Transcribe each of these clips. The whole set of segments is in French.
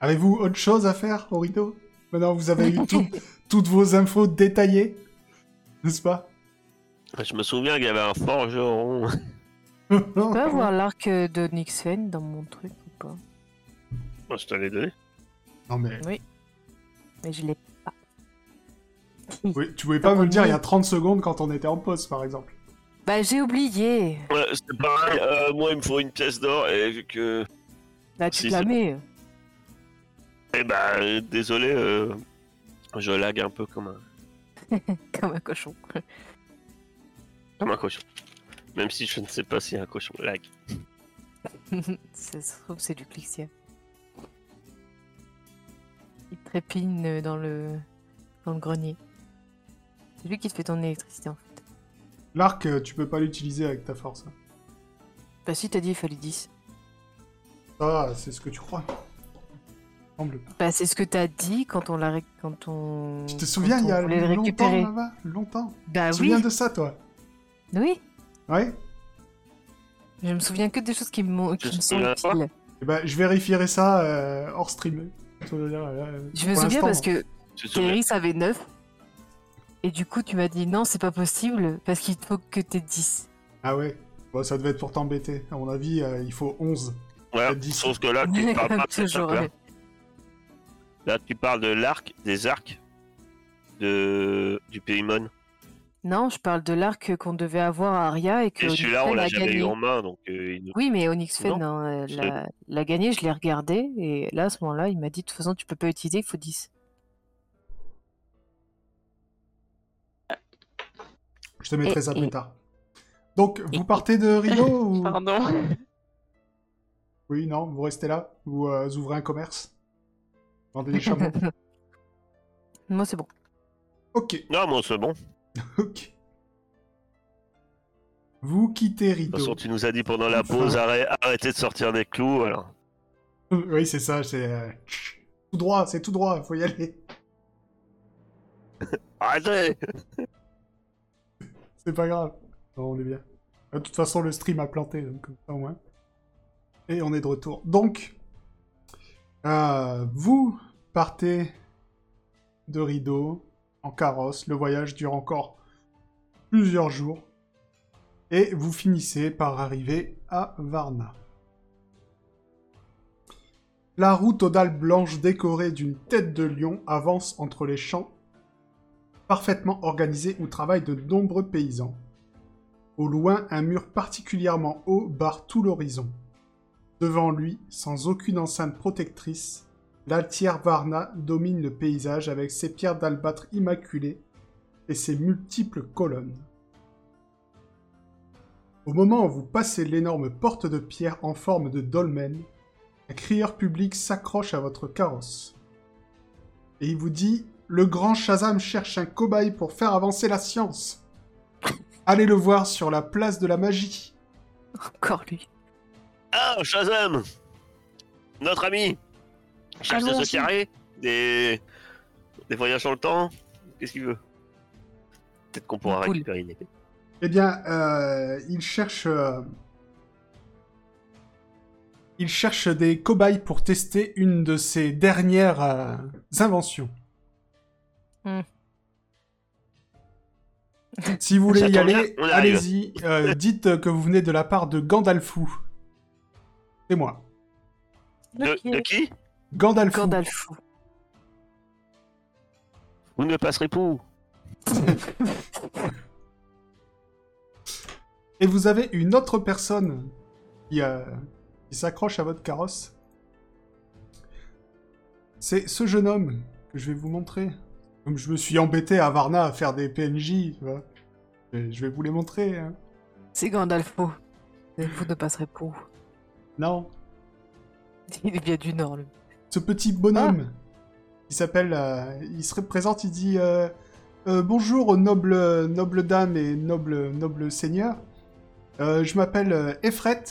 Avez-vous autre chose à faire au rideau Maintenant, vous avez eu tout- toutes vos infos détaillées, n'est-ce pas Je me souviens qu'il y avait un forgeron. Je peux avoir l'arc de Nixfen dans mon truc ou pas Moi, je te l'ai donné. Non mais, Mais je l'ai pas. oui, tu pouvais pas me le dire il y a 30 secondes quand on était en pause, par exemple. Bah j'ai oublié. Ouais, c'est pareil. euh, moi, il me faut une pièce d'or et vu que. Là tu Si, te la c'est- mets. Eh bah, euh, désolé, euh, je lag un peu comme un, Comme un cochon. comme un cochon. Même si je ne sais pas si un cochon lag. Ça se trouve c'est du clixia. Il trépigne dans le dans le grenier. C'est lui qui te fait ton électricité en fait. L'arc, euh, tu peux pas l'utiliser avec ta force. hein. Bah si t'as dit il fallait 10. Ah, c'est ce que tu crois. Semble pas. Bah c'est ce que t'as dit quand on l'a ré- quand on. Tu te souviens, quand il y on a voulait le longtemps récupérer. là-bas Longtemps Bah Tu te oui. souviens de ça, toi Oui. Ouais Je me souviens que des choses qui, m'ont- qui te me sont souviens pas utiles. Eh ben, je vérifierai ça euh, hors stream. Je veux dire, euh, Je me pour l'instant, souviens parce que Tu te souviens Terry avait 9. Et du coup, tu m'as dit non, c'est pas possible parce qu'il faut que t'aies 10. Ah ouais Bon, ça devait être pour t'embêter. À mon avis, euh, il faut 11. Ouais, t'as dit sauf que là, Ah, tu parles pas de cette Toujours. arc-là. Là, tu parles de l'arc, des arcs de... du Paymon. Non, je parle de l'arc qu'on devait avoir à Aria et que Et celui-là, on Onyxfen l'a a jamais gagné. eu en main, donc euh, il nous- Oui, mais Onyxfen Non, hein, euh, c'est- l'a- l'a gagné, je l'ai regardé et là, à ce moment-là, il m'a dit de toute façon, tu peux pas utiliser, il faut 10. Je te mettrai Et- ça et- plus tard. Donc, vous et- partez de Rio ou... Pardon. Oui, non, vous restez là Vous euh, vous ouvrez un commerce Vendez des chameaux Moi, c'est bon. Ok, Non, bon, c'est bon. De ok. Vous quittez toute façon, Rideau. tu nous as dit pendant la pause, arrête- arrêtez de sortir des clous, alors. oui, c'est ça, c'est... euh, Tout droit, c'est tout droit, faut y aller. Arrêtez C'est pas grave. Non, on est bien. De toute façon, le stream a planté, donc comme ça au moins. Et on est de retour. Donc, euh, vous partez de Rideau en carrosse. Le voyage dure encore plusieurs jours. Et vous finissez par arriver à Varna. La route aux dalles blanches décorée d'une tête de lion avance entre les champs parfaitement organisé où travaillent de nombreux paysans. Au loin, un mur particulièrement haut barre tout l'horizon. Devant lui, sans aucune enceinte protectrice, l'altière Varna domine le paysage avec ses pierres d'albâtre immaculées et ses multiples colonnes. Au moment où vous passez l'énorme porte de pierre en forme de dolmen, un crieur public s'accroche à votre carrosse et il vous dit Le grand Shazam cherche un cobaye pour faire avancer la science. Allez le voir sur la place de la magie. Encore lui. Ah, Shazam Notre ami Cherche Allons, des aussi. carrés Des... des voyages dans le temps Qu'est-ce qu'il veut Peut-être qu'on pourra Cool. récupérer une épée. Eh bien, euh, il cherche. euh, Il cherche des cobayes pour tester une de ses dernières euh, inventions. Hmm. Si vous voulez y Ça tombe bien, aller, on arrive. allez-y. Euh, dites que vous venez de la part de Gandalfou. C'est moi. De, de qui Gandalfou. Gandalf. Vous ne passerez pas où Et vous avez une autre personne qui, euh, qui s'accroche à votre carrosse. C'est ce jeune homme que je vais vous montrer. Comme je me suis embêté à Varna à faire des PNJ, tu vois. Et je vais vous les montrer. hein. C'est Gandalfo. Vous ne passerez pas. où. Non, Il est bien du nord, lui. ce petit bonhomme. Il s'appelle. euh, il se présente, il dit euh, Euh, Bonjour, noble, noble dame et noble, noble seigneur. Euh, je m'appelle euh, Ephret,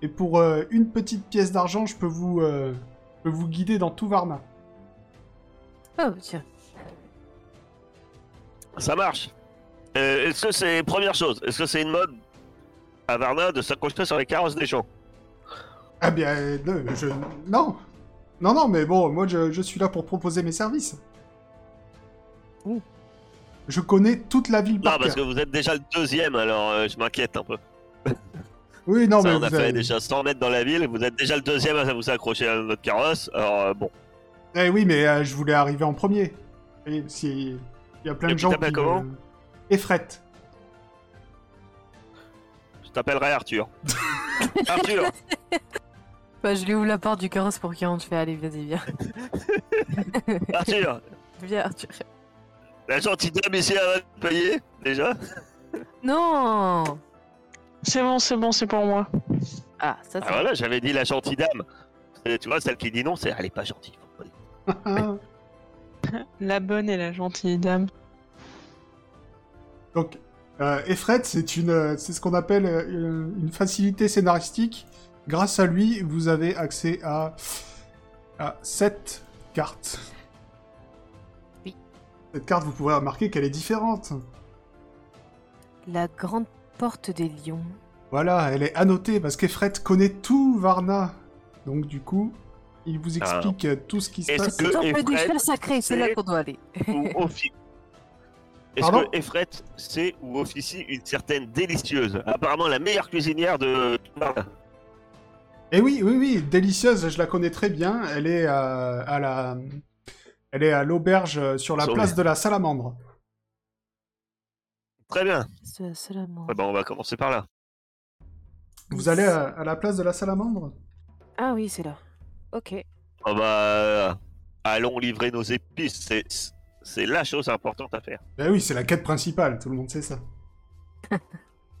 et pour euh, une petite pièce d'argent, je peux vous, euh, je peux vous guider dans tout Varna. Ah, tiens. Ça marche Euh, Est-ce que c'est... Première chose, est-ce que c'est une mode à Varna de s'accrocher sur les carrosses des gens Ah bien, euh, non, je. Non Non, non, mais bon, moi je, je suis là pour proposer mes services. Oui. Je connais toute la ville Non, par parce cœur. que vous êtes déjà le deuxième, alors euh, je m'inquiète un peu. Oui, non, Ça, mais on a vous fait avez- déjà 100 mètres dans la ville, vous êtes déjà le deuxième à vous accrocher à notre carrosse. Alors euh, bon, Eh oui, mais euh, je voulais arriver en premier. Et si... Il y a plein Et de puis gens qui... euh, t'appelles comment me- Effrette. je t'appellerai Arthur. Arthur Bah, je lui ouvre la porte du carrosse pour qu'il rentre. Je fais allez, vas-y, viens. Arthur Viens, Arthur. La gentille dame ici, elle va te payer, déjà Non C'est bon, c'est bon, c'est pour moi. Ah, ça, Ah c'est. voilà, j'avais dit la gentille dame. Et tu vois, celle qui dit non, c'est elle est pas gentille. faut pas dire. Ah. La bonne et la gentille dame. Donc, euh, Effrette, c'est une, euh, c'est ce qu'on appelle euh, une- une facilité scénaristique. Grâce à lui, vous avez accès à, à cette carte. Oui. Cette carte, vous pourrez remarquer qu'elle est différente. La grande porte des lions. Voilà, elle est annotée parce qu'Effrette connaît tout Varna. Donc du coup, il vous Ah. explique euh, tout ce qui se Est-ce passe. que- Le temple Ephraim, du cheval sacré, c'est là c'est- qu'on doit aller. Ou offi- Est-ce Pardon que Efret sait ou officie une certaine délicieuse Apparemment la meilleure cuisinière de... Eh oui, oui, oui, délicieuse, je la connais très bien. Elle est euh, à la, elle est à l'auberge euh, sur la Sauve. place de la Salamandre. Très bien. C'est la seule amende. Eh ben, on va commencer par là. Vous allez euh, à, à la place de la Salamandre Ah oui, c'est là. Ok. On va... euh, Allons livrer nos épices. C'est... C'est la chose importante à faire. Ben oui, c'est la quête principale, tout le monde sait ça.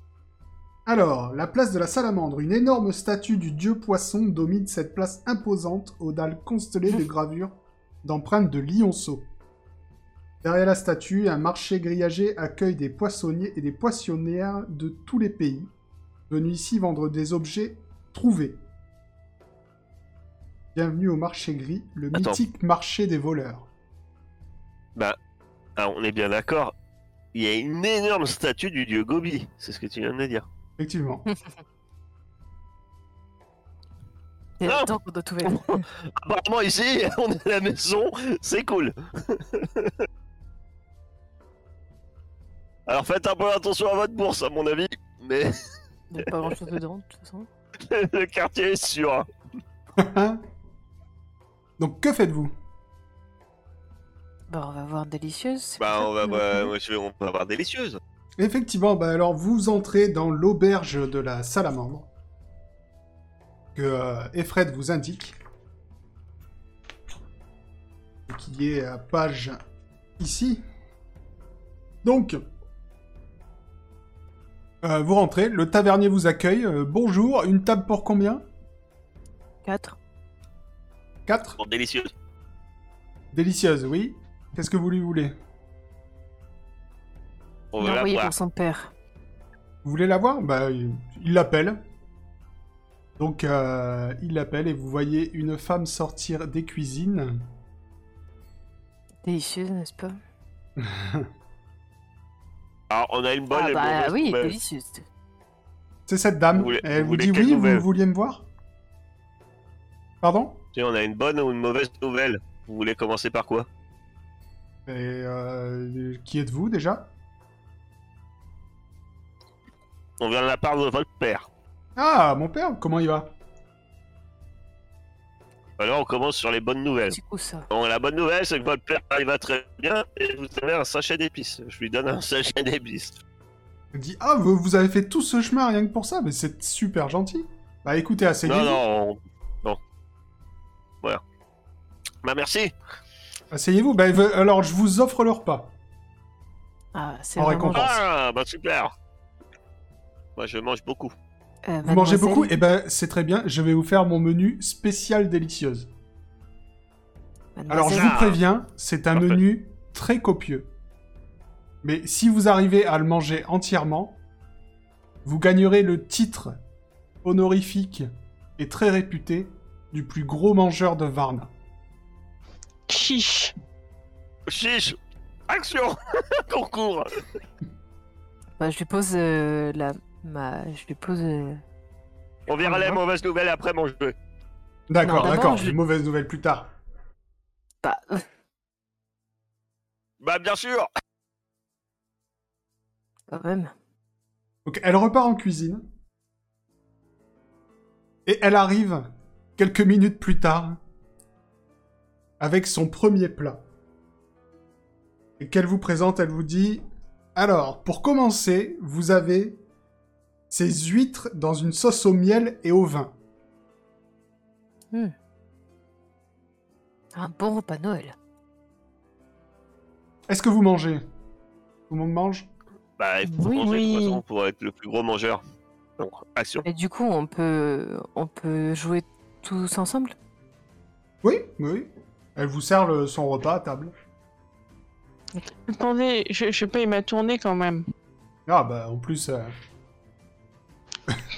Alors, la place de la Salamandre, une énorme statue du dieu poisson domine cette place imposante aux dalles constellées de gravures d'empreintes de lionceaux. Derrière la statue, un marché grillagé accueille des poissonniers et des poissonnières de tous les pays, venus ici vendre des objets trouvés. Bienvenue au marché gris, le Attends. mythique marché des voleurs. Ah, on est bien d'accord. Il y a une énorme statue du dieu Gobi. C'est ce que tu viens de me dire. Effectivement. C'est Non. le temps qu'on doit tout Ah mettre. Apparemment ici, on est à la maison. C'est cool. Alors faites un peu attention à votre bourse, à mon avis. Mais Il n'y a pas grand chose dedans, de toute façon. le quartier est sûr. hein. Hein Donc que faites-vous Bah, on va voir délicieuse. Bah, on va, voir- moi, je vais- on va voir délicieuse. Effectivement, bah alors vous entrez dans l'auberge de la salamandre que euh, Efred vous indique, qui est à page ici. Donc, euh, vous rentrez, le tavernier vous accueille. euh, bonjour, une table pour combien 4. 4 Bon, délicieuse. Délicieuse, oui. Qu'est-ce que vous lui voulez On va la L'envoyer voir. pour son père. Vous voulez la voir Bah, il il l'appelle. Donc, euh, il l'appelle et vous voyez une femme sortir des cuisines. Délicieuse, n'est-ce pas Alors, on a une bonne Ah et une bah mauvaise oui, nouvelle. délicieuse. C'est cette dame. Vous voulez- elle vous vous, voulez dit quelle oui, nouvelle vous vouliez me voir Pardon Tu sais, on a une bonne ou une mauvaise nouvelle. Vous voulez commencer par quoi Et euh, qui êtes-vous déjà On vient de la part de votre père. Ah, mon père, comment il va Alors, on commence sur les bonnes nouvelles. C'est coup ça Bon, la bonne nouvelle, c'est que votre père il va très bien et vous avez un sachet d'épices. Je lui donne un sachet d'épices. Il dit Ah, vous, vous avez fait tout ce chemin rien que pour ça, mais c'est super gentil. Bah écoutez, asseyez-vous. Non, non, on- non. Voilà. Bah merci. Asseyez-vous. Bah, ve- alors, je vous offre le repas. Ah, c'est En vraiment... récompense. Ah, bah super. Moi, je mange beaucoup. Euh, Vous mangez mademoiselle, beaucoup Eh ben, c'est très bien. Je vais vous faire mon menu spécial délicieuse. Alors je mademoiselle, vous préviens, c'est un Parfait. menu très copieux. Mais si vous arrivez à le manger entièrement, vous gagnerez le titre honorifique et très réputé du plus gros mangeur de Varna. Chiche. Chiche Action Concours Bah, je lui pose euh, la... Ma... Je lui pose... euh, On verra Ah, les bon. mauvaises nouvelles après mon jeu. D'accord, Non, d'abord, d'accord. je- Mauvaise nouvelle plus tard. Bah, Bah bien sûr quand même. Donc elle repart en cuisine. Et elle arrive quelques minutes plus tard avec son premier plat. Et qu'elle vous présente, elle vous dit Alors, pour commencer, vous avez ces huîtres dans une sauce au miel et au vin. Un bon repas de Noël. Est-ce que vous mangez Tout le monde mange Bah il faut Oui, manger de toute oui. façon pour être le plus gros mangeur. Donc action. Et du coup, on peut, on peut jouer tous ensemble Oui, oui. Elle vous sert le- son repas à table. Attendez, je, je paye ma tournée quand même. Ah, bah en plus. euh,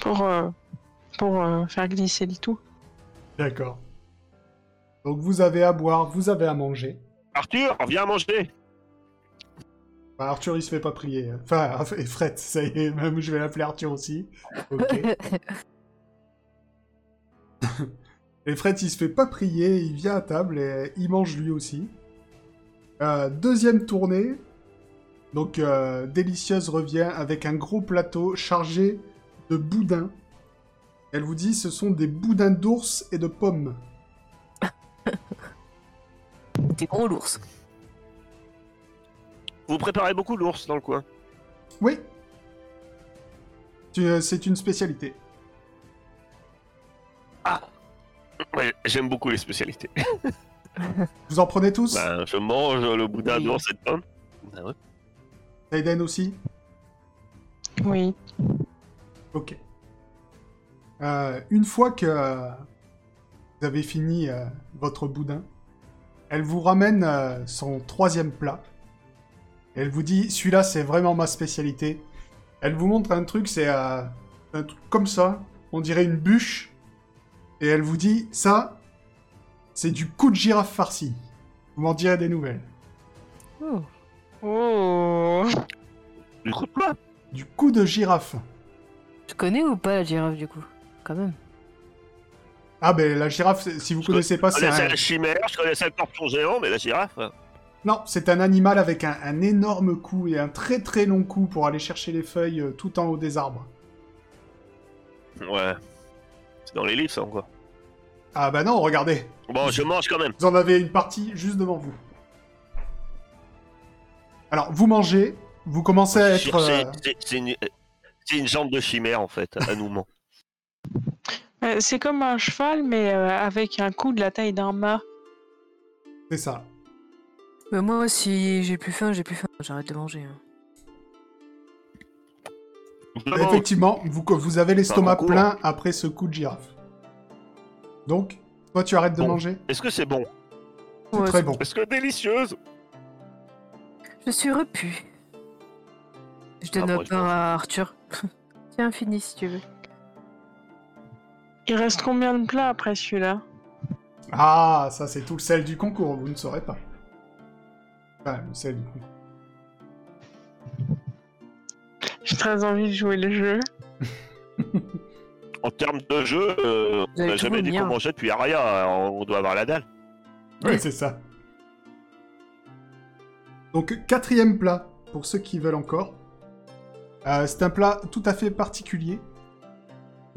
Pour, euh, pour euh, faire glisser le tout. D'accord. Donc vous avez à boire, vous avez à manger. Arthur, viens manger Bah, Arthur, il se fait pas prier. hein. Enfin, et Fred, ça y est, même je vais l'appeler Arthur aussi. Ok. et Fred, il se fait pas prier, il vient à table et il mange lui aussi. Euh, deuxième tournée. Donc, euh, Délicieuse revient avec un gros plateau chargé de boudins. Elle vous dit ce sont des boudins d'ours et de pommes. T'es gros l'ours. Vous préparez beaucoup l'ours dans le coin. Oui. Tu- euh, C'est une spécialité. Ouais, j'aime beaucoup les spécialités. Vous en prenez tous Bah je mange le boudin Oui. d'ours et de pomme. Bah, ouais. Taïden aussi Oui. Ok. Euh, une fois que euh, vous avez fini euh, votre boudin, elle vous ramène euh, son troisième plat. Elle vous dit, celui-là, c'est vraiment ma spécialité. Elle vous montre un truc, c'est euh, un truc comme ça, on dirait une bûche. Et elle vous dit, ça, c'est du coup de girafe farci. Vous m'en direz des nouvelles. Oh, Oh Du coup de plat Du coup de girafe. Tu connais ou pas la girafe du coup Quand même. Ah ben la girafe, c'est- si vous Je connaissez pas, Je c'est connaissais un... la chimère, je connaissais le corpion géant, mais la girafe. euh, Non, c'est un animal avec un, un énorme cou et un très très long cou pour aller chercher les feuilles euh, tout en haut des arbres. Ouais. C'est dans les livres ça encore. Ah bah non, regardez, Bon, je mange quand même. vous en avez une partie juste devant vous. Alors, vous mangez, vous commencez à être... Ah, C'est- euh, c'est- C'est une... c'est une jambe de chimère en fait, à nous ment. Euh, C'est comme un cheval, mais euh, avec un coup de la taille d'un mât. C'est ça. Mais moi, si j'ai plus faim, j'ai plus faim. J'arrête de manger. hein. Vraiment, Effectivement, vous, vous avez l'estomac beaucoup, plein après ce coup de girafe. Donc, toi tu arrêtes de Bon. manger Est-ce que c'est bon C'est Ouais, très bon. Est-ce que délicieuse Je suis repu. Je Ah, donne moi, un je pain à Arthur. Tiens, finis si tu veux. Il reste combien de plats après celui-là Ah, ça c'est tout le sel du concours, vous ne saurez pas. Enfin, le sel du concours. J'ai très envie de jouer le jeu. En termes de jeu, euh, Vous on avez n'a tout jamais dit venir. qu'on mangeait depuis Araya, alors on doit avoir la dalle. Oui, c'est ça. Donc, quatrième plat, pour ceux qui veulent encore. Euh, c'est un plat tout à fait particulier.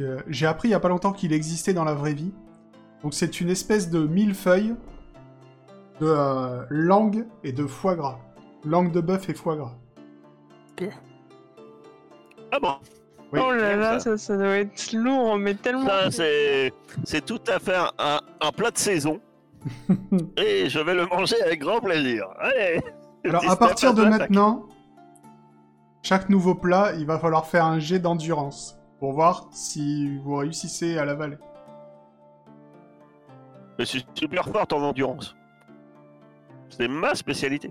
Euh, J'ai appris il n'y a pas longtemps qu'il existait dans la vraie vie. Donc, c'est une espèce de millefeuille de euh, langue et de foie gras. Langue de bœuf et foie gras. Ah bon Oui. oh là j'aime là, ça. ça. Ça, doit être lourd, mais tellement. Ça, c'est c'est tout à fait un, un- un plat de saison. Et je vais le manger avec grand plaisir. Allez Alors, Petit à step partir de attack. maintenant, chaque nouveau plat, il va falloir faire un jet d'endurance pour voir si vous réussissez à l'avaler. Je suis super forte en endurance. C'est ma spécialité.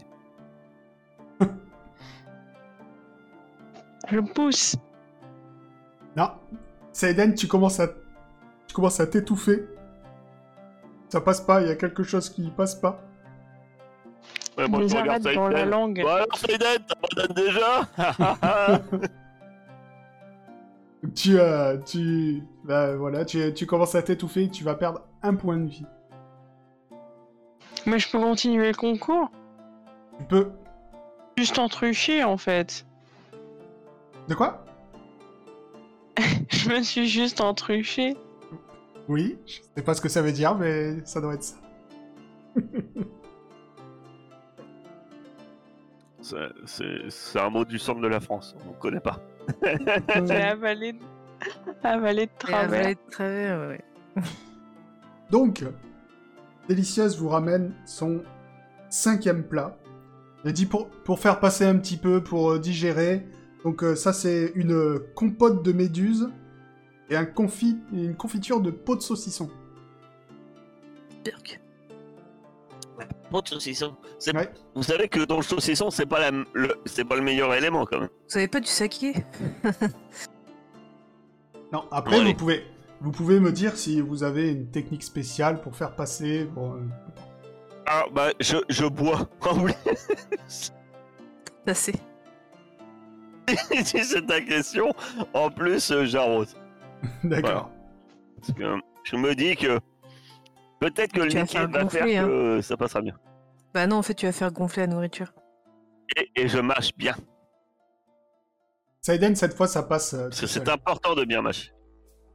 Je pousse. Non. Seiden, tu commences à... Tu commences à t'étouffer. Ça passe pas, il y a quelque chose qui passe pas. Ouais, moi, les je arêtes regarde ça dans la avec langue. Bon alors, Fayden, t'as pas donné déjà Tu... euh, tu... bah, voilà, tu, tu commences à t'étouffer, tu vas perdre un point de vie. Mais je peux continuer le concours Tu peux. Juste en trucher, en fait. De quoi Je me suis juste entruché. Oui, je sais pas ce que ça veut dire, mais ça doit être ça. C'est- C'est c'est un mot du centre de la France, on ne connaît pas. J'ai Euh, avalé... avalé de Et avalé travers. de travers, Ah, ouais. Donc, Délicieuse vous ramène son cinquième plat. Elle dit pour, pour faire passer un petit peu, pour euh, digérer. Donc euh, ça c'est une euh, compote de méduse et un confit, une confiture de peau de saucisson. Dirk. Bon, saucisson. C'est- Ouais. Vous savez que dans le saucisson, c'est pas, la m- le... c'est pas le meilleur élément quand même. Vous avez pas du saké Non, après Ouais. vous pouvez vous pouvez me dire si vous avez une technique spéciale pour faire passer. bon, euh, Ah, bah, je, je bois. En plus, Ça c'est. si c'est ta question, en plus, euh, j'arrose. D'accord. Parce que euh, je me dis que peut-être que le Tu vas faire liquide va gonfler, faire hein. que ça passera bien. Bah non, en fait, tu vas faire gonfler la nourriture. Et, et je mâche bien. Saiden cette fois ça passe. euh, Parce tout que seul. c'est important de bien mâcher.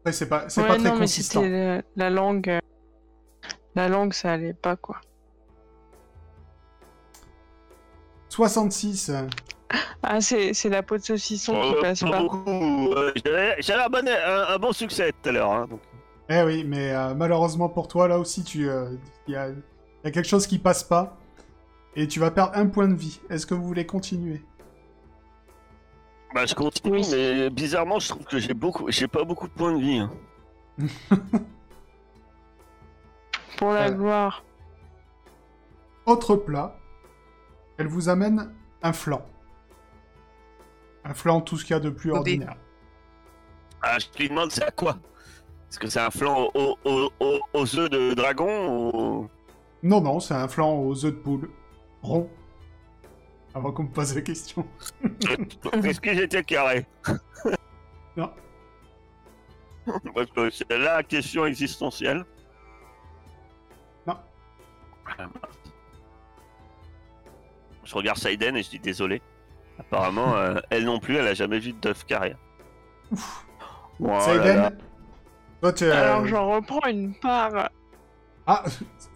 Après, c'est pas c'est ouais, pas non, très mais consistant. c'était la, la langue. euh, La langue, ça allait pas, quoi. 66. euh, Ah, c'est c'est la peau de saucisson qui Euh, passe pas pas. beaucoup. euh, J'avais j'avais un, bon, un- un bon succès tout à l'heure. hein, donc. Eh oui, mais euh, malheureusement pour toi, là aussi, tu, euh, y, a, y a quelque chose qui passe pas. Et tu vas perdre un point de vie. Est-ce que vous voulez continuer Bah, je continue, Oui. mais bizarrement, je trouve que j'ai beaucoup, j'ai pas beaucoup de points de vie. hein. Pour la Voilà. gloire. Autre plat, elle vous amène un flan. Un flan, tout ce qu'il y a de plus Bobby. ordinaire. Ah, je lui demande c'est à quoi Est-ce que c'est un flan au- au- au- aux œufs de dragon ou... Non, non, c'est un flan aux œufs de poule. Rond. Avant qu'on me pose la question. Est-ce que j'étais carré Non. Parce que c'est la question existentielle. Non. Ah, mince. Je regarde Saiden et je dis désolé. Apparemment, euh, elle non plus, elle a jamais vu d'œuf carré. Ouf. Oh là Saiden, là. toi, tu- euh, Alors, j'en reprends une part. Ah,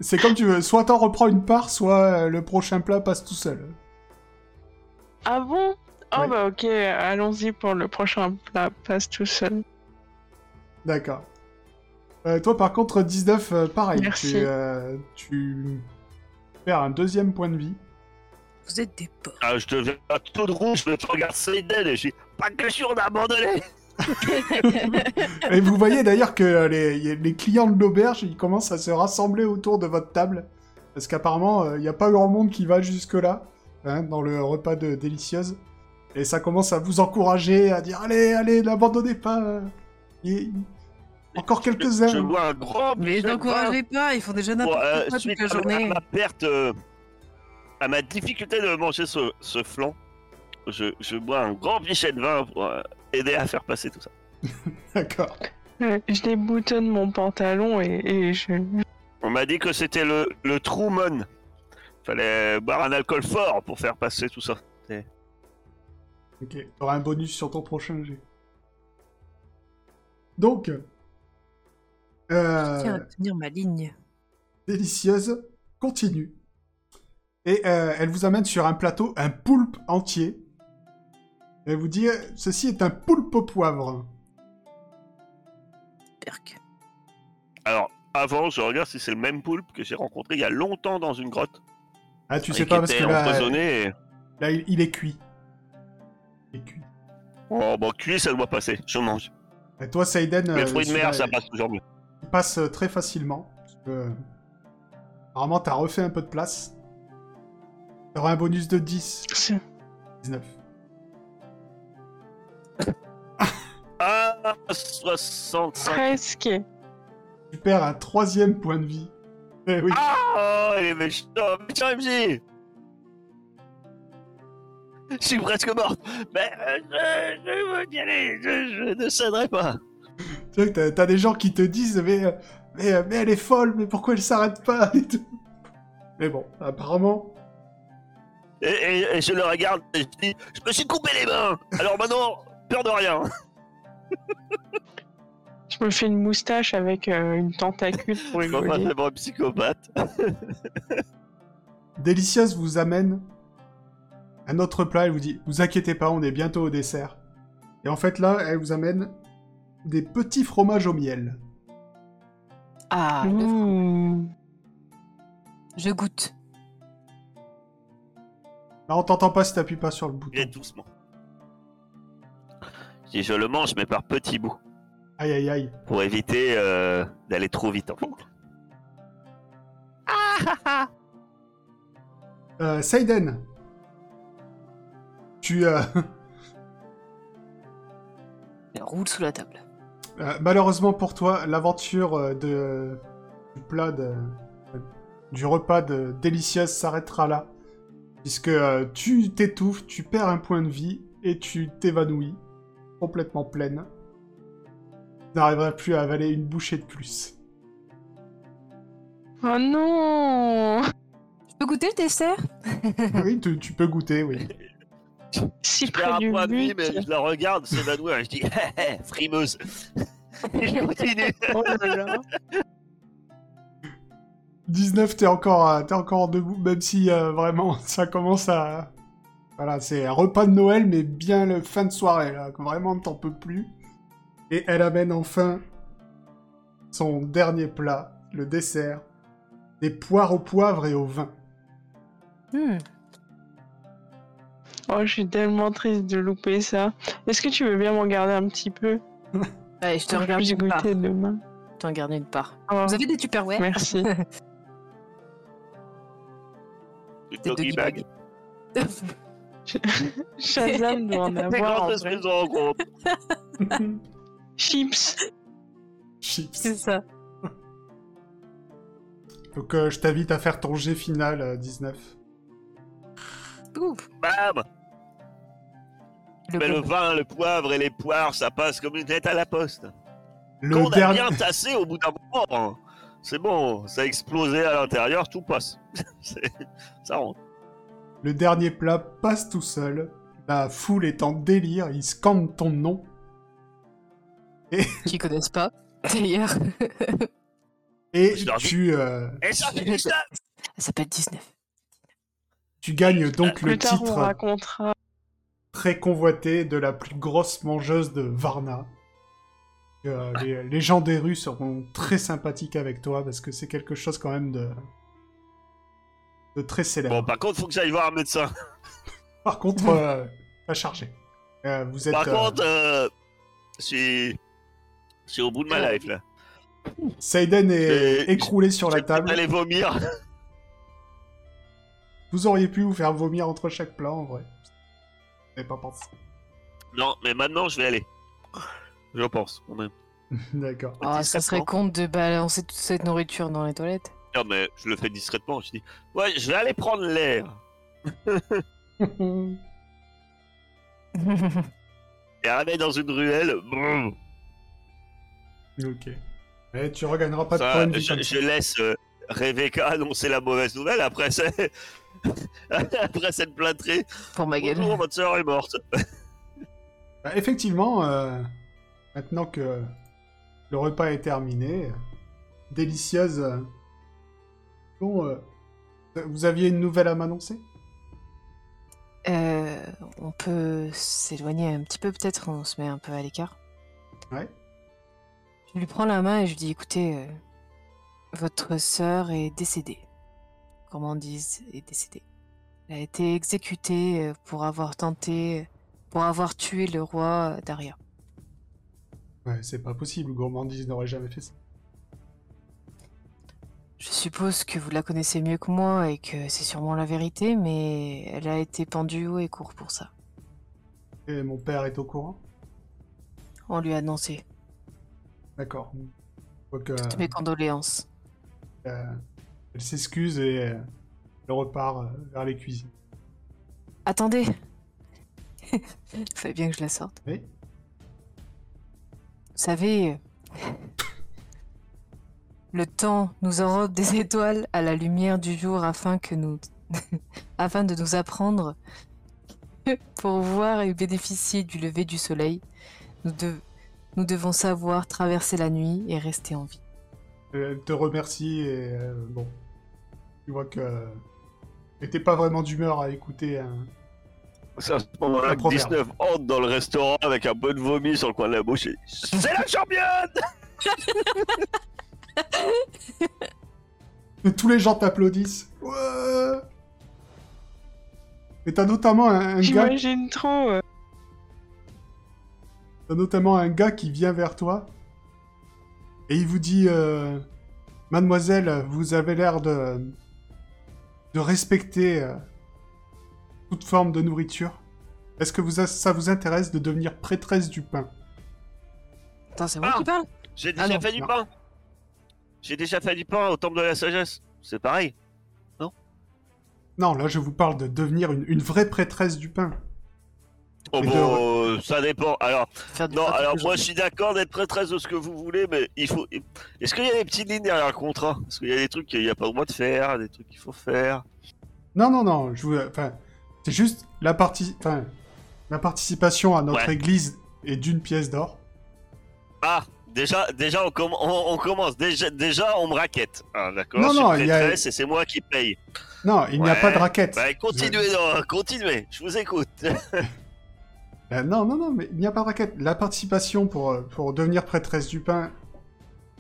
c'est comme tu veux. Soit t'en reprends une part, soit euh, le prochain plat passe tout seul. Ah bon Oh, Ouais. bah, ok, allons-y pour le prochain plat. Passe tout seul. D'accord. Euh, toi, par contre, 19, euh, pareil. Merci. Tu, euh, tu perds un deuxième point de vie. Vous êtes des porcs. Ah, je deviens tout de rouge, mais je regarde Saiden et je dis pas question d'abandonner Et vous voyez d'ailleurs que euh, les, les clients de l'auberge, ils commencent à se rassembler autour de votre table. Parce qu'apparemment, il n'y a pas grand monde qui va jusque-là, hein, dans le repas de Délicieuse. Et ça commence à vous encourager, à dire Allez, allez, n'abandonnez pas euh, et- Encore quelques-uns. Je vois un grand. Oh, Mais je ne vois- n'encouragez pas, ils font déjà Bon, n'importe euh, quoi toute suite la à, ma- à journée. ma perte, euh, à ma difficulté de manger ce, ce flan, je, je bois un grand pichet de vin pour euh, aider à faire passer tout ça. D'accord. Euh, Je déboutonne mon pantalon et, et je. On m'a dit que c'était le, le Truman. Fallait boire un alcool fort pour faire passer tout ça. Ok, t'auras un bonus sur ton prochain jet. Donc, Je tiens à euh, tenir ma ligne. délicieuse, continue. Et euh, elle vous amène sur un plateau un poulpe entier. Elle vous dit, euh, ceci est un poulpe au poivre. Perk. Alors, avant, je regarde si c'est le même poulpe que j'ai rencontré il y a longtemps dans une grotte. Ah, tu et sais qui pas parce était que là, empoisonné. et- là, il il est cuit. Il est cuit. Oh, bon, cuit, ça doit passer. Je mange. Et toi, Saiden, Les euh, fruits de celui-là, mer, ça il- passe toujours mieux. il passe euh, très facilement. Parce que, euh, normalement, t'as refait un peu de place. T'auras un bonus de 10, c'est- 19. Ah, 65. Presque. Tu perds un troisième point de vie. Eh oui. Ah, il est méchant, méchant MJ Je suis presque morte Mais euh, je, je veux y aller, je, je ne céderai pas Tu vois que t'as- t'as des gens qui te disent, mais euh, mais, euh, mais elle est folle, mais pourquoi elle s'arrête pas et tout. Mais bon, apparemment, Et, et- et je le regarde et je dis Je me suis coupé les mains Alors maintenant, peur de rien Je me fais une moustache avec euh, une tentacule pour Je vois pas rigoler. tellement un psychopathe. Délicieuse vous amène un autre plat, elle vous dit Vous inquiétez pas, on est bientôt au dessert. Et en fait, là, elle vous amène des petits fromages au miel. Ah, le Mmh. fr- Ouh. je goûte. Là, on t'entend pas si t'appuies pas sur le bouton. Bien doucement. Je dis Je le mange, mais par petits bouts. Aïe aïe aïe. Pour éviter euh, d'aller trop vite en fait. Euh, Seiden Tu. euh, Elle roule sous la table. euh, malheureusement pour toi, l'aventure euh, de. du plat de. du repas de Délicieuse s'arrêtera là. Puisque euh, tu t'étouffes, tu perds un point de vie et tu t'évanouis. Complètement pleine. Tu n'arriveras plus à avaler une bouchée de plus. Oh non Je peux goûter le dessert oui, tu, tu peux goûter, oui. Si Je perds près un du point de vie, but. mais je la regarde s'évanouir et je dis Hé hé, frimeuse Et je continue Oh là là. 19, t'es encore, euh, t'es encore debout, même si euh, vraiment ça commence à. Voilà, c'est un repas de Noël, mais bien le fin de soirée, là. que Vraiment, t'en peux plus. Et elle amène enfin son dernier plat, le dessert des poires au poivre et au vin. Hmm, Oh, je suis tellement triste de louper ça. Est-ce que tu veux bien m'en garder un petit peu Allez, je te pour que regarde je puisse une part. goûter demain. Je t'en garde une part. Oh, Vous avez des Tupperware Merci. Une Des doggy bag. bag. Shazam doit en Les avoir. en grandes vrai. espèces de rencontres. Chips. Chips. C'est ça. Donc, euh, je t'invite à faire ton jet final, euh, 19. Ouf. Bam Le Mais le bon. vin, le poivre et les poires, ça passe comme une lettre à la poste. Le Qu'on a dernier. bien tassé au bout d'un moment. hein. C'est bon, ça a explosé à l'intérieur, tout passe. C'est- ça rentre. Le dernier plat passe tout seul. La foule est en délire, ils scandent ton nom. Qui connaissent pas, d'ailleurs. Et Je leur dis- tu, euh, Et ça, c'est Elle ça s'appelle 19. tu gagnes donc le Plus tard, Euh, on titre racontera. très convoité de la plus grosse mangeuse de Varna. Euh, les, les gens des rues seront très sympathiques avec toi parce que c'est quelque chose quand même de, de très célèbre. Bon, bah- par contre, faut que j'aille voir un médecin. Par contre, euh, pas chargé. Euh, vous êtes. Par euh, contre, euh, je suis. Je suis au bout de ma life là. Seiden est j'ai- écroulé Euh, sur la J'ai peut-être table. allé vomir. Vous auriez pu vous faire vomir entre chaque plat en vrai. J'avais pas pensé. Non, mais maintenant, je vais aller. Je pense, quand même. D'accord. Ah, ça serait Discrètement. con de balancer toute cette nourriture dans les toilettes. Non, mais je le fais discrètement. Je dis, ouais, je vais aller prendre l'air. Et arriver dans une ruelle, brrr, ok. Et tu regagneras pas de Ça, problème. je, je laisse euh, Rebecca annoncer la mauvaise nouvelle après, ça- après cette plâtrée. Pour ma gueule. Bonjour, votre sœur est morte. Bah, effectivement, euh, maintenant que le repas est terminé, euh, délicieuse. euh, Bon, euh, vous aviez une nouvelle à m'annoncer Euh, on peut s'éloigner un petit peu, peut-être. On se met un peu à l'écart. Ouais. Je lui prends la main et je lui dis écoutez, euh, votre sœur est décédée. Comment on dit est décédée. Elle a été exécutée euh, pour avoir tenté, pour avoir tué le roi Daria. Ouais, c'est pas possible. Gourmandise n'aurait jamais fait ça. Je suppose que vous la connaissez mieux que moi et que c'est sûrement la vérité, mais elle a été pendue haut et court pour ça. Et mon père est au courant. On lui a annoncé. D'accord. Donc, euh, Toutes mes condoléances. euh, elle s'excuse et euh, elle repart euh, vers les cuisines. Attendez Fallait bien que je la sorte. Oui. Vous savez, euh, Le temps nous enrobe des étoiles à la lumière du jour afin que nous, afin de nous apprendre que pour voir et bénéficier du lever du soleil, nous, de- nous devons savoir traverser la nuit et rester en vie. Euh, Elle te remercie et euh, bon. Tu vois que. euh, Elle était pas vraiment d'humeur à écouter un. C'est à ce moment-là Un que proverbe. 19 entre dans le restaurant avec un peu de vomi sur le coin de la bouche et C'est la championne Et tous les gens t'applaudissent. Ouais. Et t'as notamment un, un gars, J'imagine trop. euh, t'as notamment un gars qui vient vers toi et il vous dit, euh, mademoiselle, vous avez l'air de de respecter euh, toute forme de nourriture. Est-ce que vous a- ça vous intéresse de devenir prêtresse du pain Attends, c'est moi Ah. qui parle J'ai Ah déjà non, fait du non. pain J'ai déjà fait du pain au temple de la sagesse. C'est pareil. Non, là je vous parle de devenir une, une vraie prêtresse du pain. Oh Mais bon, euh, ça dépend. Alors, Faire du non, pain alors tous les moi je jours. suis d'accord d'être prêtresse de ce que vous voulez, mais il faut. Est-ce qu'il y a des petites lignes derrière le contrat Est-ce qu'il y a des trucs qu'il n'y a pas le droit de faire, des trucs qu'il faut faire Non, non, non. Je vous... enfin, c'est juste la partie, enfin, la participation à notre Ouais. église est d'une pièce d'or. Ah Déjà, déjà on, comm- on, on commence. Déjà, déjà, on me raquette. Ah, d'accord, Non, je suis non, il y a- prêtresse et c'est moi qui paye. Non, il n'y a Ouais, pas de raquette. Bah, continuez, non, continuez. Je vous écoute. Euh, non, non, non, mais il n'y a pas de raquette. La participation pour, euh, pour devenir prêtresse du pain,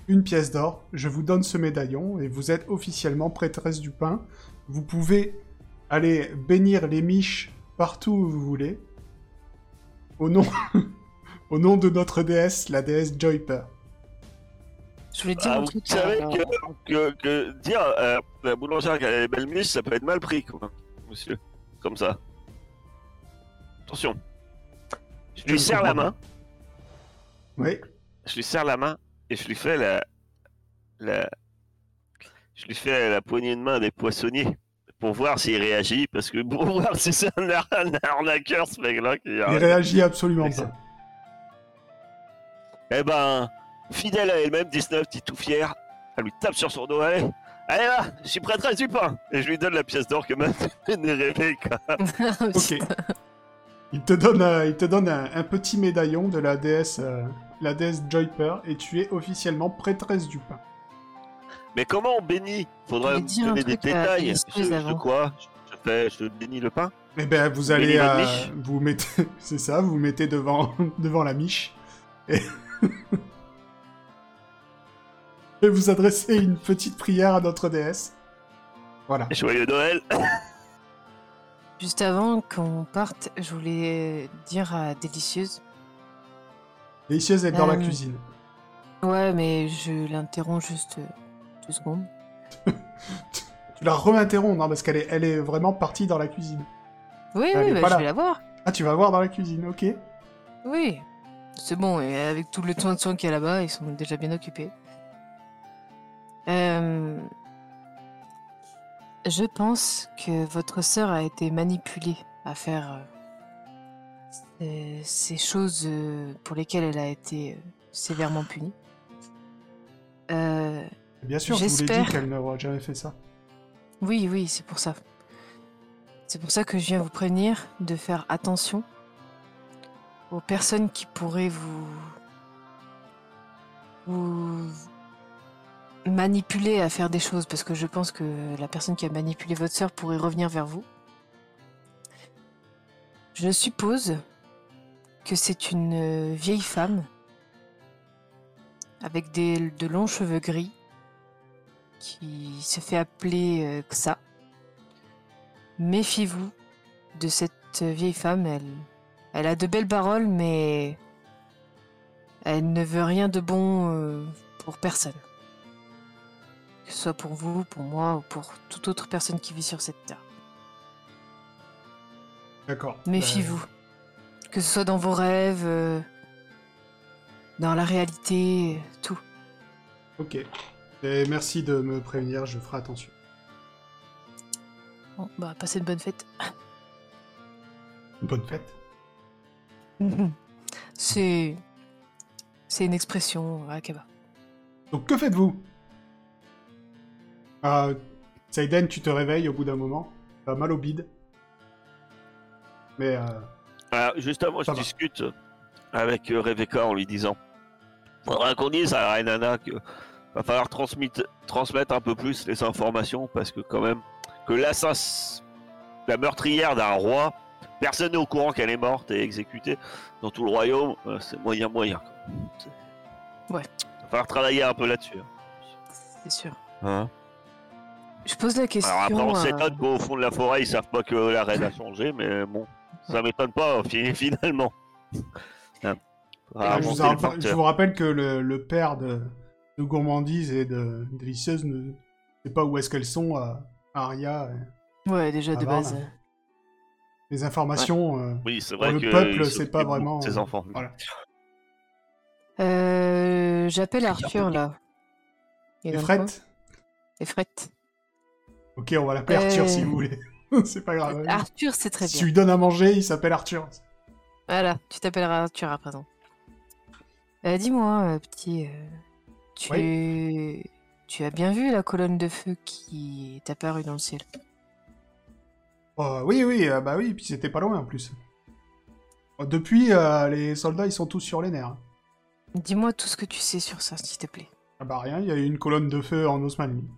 une pièce d'or. Je vous donne ce médaillon et vous êtes officiellement prêtresse du pain. Vous pouvez aller bénir les miches partout où vous voulez. Au nom, au nom de notre déesse, la déesse Joyper. Je voulais te dire Ah, un vous truc. euh, savez alors. que, que dire euh, la boulangère qu'elle a les belles miches, ça peut être mal pris, quoi, monsieur. Comme ça. Attention. Je Je ne lui serre la comprends main, Oui. je lui serre la main et je lui fais la. la... Je lui fais la poignée de main des poissonniers pour voir s'il réagit, parce que pour voir si c'est un, ar- un arnaqueur ce mec-là qui Il a. réagit absolument Excellent. pas. Eh ben, fidèle à elle-même, 19, dit tout fier, elle lui tape sur son dos, allez, allez là, je suis prêtresse du pain Et je lui donne la pièce d'or que m'a donné Rebecca. Ok. Il te donne, euh, il te donne un, un petit médaillon de la déesse, euh, la déesse Joyper, et tu es officiellement prêtresse du pain. Mais comment on bénit Je Faudrait voulais me dire un donner des truc à détails. Alice Je, je avant. quoi je, je fais, je bénis le pain Eh ben, vous Vous allez, mettez votre euh, miche vous mettez, c'est ça, vous mettez devant, devant la miche, et, et vous adressez une petite prière à notre déesse. Voilà. Joyeux Noël Juste avant qu'on parte, je voulais dire à Délicieuse. Délicieuse est dans la Euh, cuisine. Ouais, mais je l'interromps juste euh, deux secondes. Tu la réinterromps, hein, parce qu'elle est, elle est vraiment partie dans la cuisine. Oui, Elle est oui, pas bah, là. je vais la voir. Ah, tu vas voir dans la cuisine, ok. Oui. C'est bon, et avec tout le temps de soins qu'il y a là-bas, ils sont déjà bien occupés. Euh, Je pense que votre sœur a été manipulée à faire euh, ces- ces choses euh, pour lesquelles elle a été euh, sévèrement punie. Euh, Bien sûr, je vous l'ai dit J'espère. qu'elle n'aurait jamais fait ça. Oui, oui, c'est pour ça. C'est pour ça que je viens vous prévenir de faire attention aux personnes qui pourraient vous. vous manipuler à faire des choses, parce que je pense que la personne qui a manipulé votre sœur pourrait revenir vers vous. Je suppose que c'est une euh, vieille femme avec des, de longs cheveux gris qui se fait appeler euh, Xa. Méfiez-vous de cette euh, vieille femme. Elle, elle a de belles paroles, mais elle ne veut rien de bon euh, pour personne. Que ce soit pour vous, pour moi ou pour toute autre personne qui vit sur cette terre. D'accord. Bah, Méfiez-vous. Que ce soit dans vos rêves, euh, dans la réalité, euh, tout. Euh, ok. Et merci de me prévenir, je ferai attention. Bon, bah, passez de bonnes fêtes. Bonne fête. Mhm. C'est. C'est une expression euh, à Akaba. Donc que faites-vous Euh, Seiden, tu te réveilles au bout d'un moment. T'as mal au bide. Mais euh, Ah, juste avant, je Ça va. discute avec euh, Rebecca en lui disant Faudra qu'on dise à la Nana que va falloir transmit- transmettre un peu plus les informations parce que, quand même, que l'assassin, la meurtrière d'un roi, personne n'est au courant qu'elle est morte et exécutée dans tout le royaume, euh, c'est moyen, moyen. quoi. C'est- Ouais. Va falloir travailler un peu là-dessus. c'est sûr. hein. Je pose la question. Alors après, on euh, s'étonne qu'au fond de la forêt, ils savent pas que la reine a changé, mais bon, ça m'étonne pas, fi- finalement. Hein. Faudra je, vous remonter en- le facteur. je vous rappelle que le, le père de, de Gourmandise et de Délicieuse ne sait pas où est-ce qu'elles sont, euh, Aria. euh, Ouais, déjà de Avant, base. là. Les informations. euh, Oui, c'est vrai le que peuple, ils c'est s'occupent pas beaucoup de vraiment- Ah. Ses enfants. Voilà. Euh, J'appelle Arthur là. Il est les dans le coin. frettes Efrette. Ok, on va l'appeler Euh. Arthur si vous voulez. c'est pas grave. Arthur, c'est très si bien. tu lui donnes à manger, il s'appelle Arthur. Voilà, tu t'appelleras Arthur à présent. Euh, Dis-moi, euh, petit, euh, tu, tu as bien vu la colonne de feu qui est apparue dans le ciel Oh, oui, oui, euh, bah oui, puis c'était pas loin en plus. Oh, Depuis, euh, les soldats, ils sont tous sur les nerfs. Dis-moi tout ce que tu sais sur ça, s'il te plaît. Ah bah rien, il y a eu une colonne de feu en Osmanie.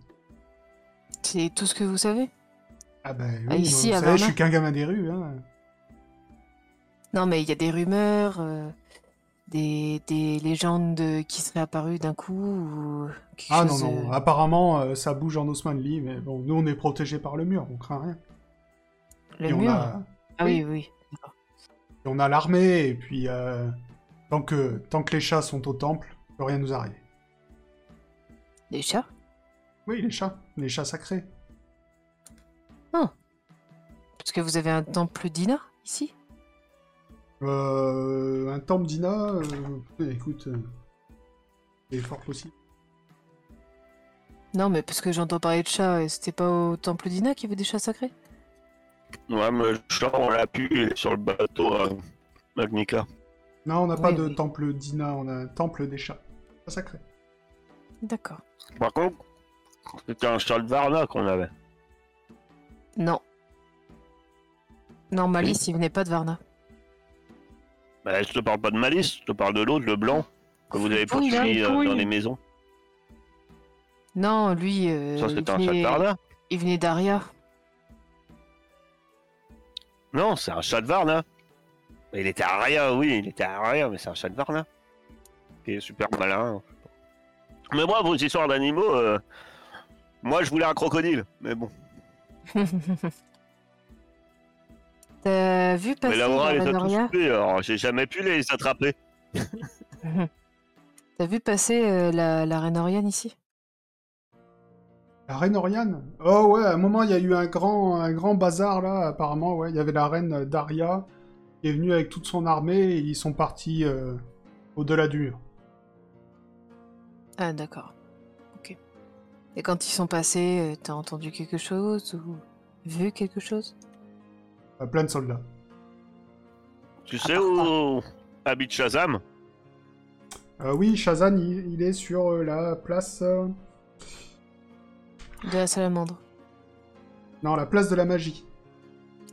C'est tout ce que vous savez Ah bah oui, Ah, moi, ici, vous à savez, Varna je suis qu'un gamin des rues. Hein. Non, mais il y a des rumeurs, euh, des, des légendes de- qui seraient apparues d'un coup ou quelque Ah non, chose, non, euh, apparemment, euh, ça bouge en Osmanli, mais bon, nous, on est protégés par le mur, on craint rien. le Et on mur a- Ah oui, oui. Et on a l'armée, et puis euh, tant, que, tant que les chats sont au temple, peut rien nous arriver. Les chats Oui, les chats, les chats sacrés. Parce que vous avez un temple d'Ina ici Euh, un temple d'Ina, euh, écoute, euh, c'est fort possible. Non, mais parce que j'entends parler de chats, et c'était pas au temple d'Ina qu'il y avait des chats sacrés Ouais, mais genre, on l'a pu il est sur le bateau euh, Magnica. Non, on n'a pas Oui, de oui. temple d'Ina, on a un temple des chats. Chats sacrés. D'accord. Par contre, c'était un Charles Varna qu'on avait. Non. Non, Malice, il venait pas de Varna. Bah, je te parle pas de Malice, je te parle de l'autre, le blanc, que vous avez Fouille, poursuivi hein, euh, dans fouille. les maisons. Non, lui, euh, Ça, il c'était un Charles venait, Varna il venait d'Aria. Non, c'est un Charles Varna. Il était à rien, oui, il était à rien, mais c'est un Charles Varna. Qui est super malin. Mais moi, vos histoires d'animaux, euh, moi, je voulais un crocodile, mais bon. T'as vu Mais passer la dans morale la est à tout Doria souper, alors j'ai jamais pu les attraper. T'as vu passer euh, la, la reine Oriane ici La reine Oriane Oh ouais, à un moment, il y a eu un grand, un grand bazar là, apparemment, ouais. Il y avait la reine Daria qui est venue avec toute son armée et ils sont partis euh, au-delà du mur. Ah, d'accord. Ok. Et quand ils sont passés, euh, t'as entendu quelque chose ou vu quelque chose Euh, plein de soldats. Tu À sais part où habite Shazam Euh, oui, Shazan, il, il est sur euh, la place. euh, De la salamandre. Non, la place de la magie.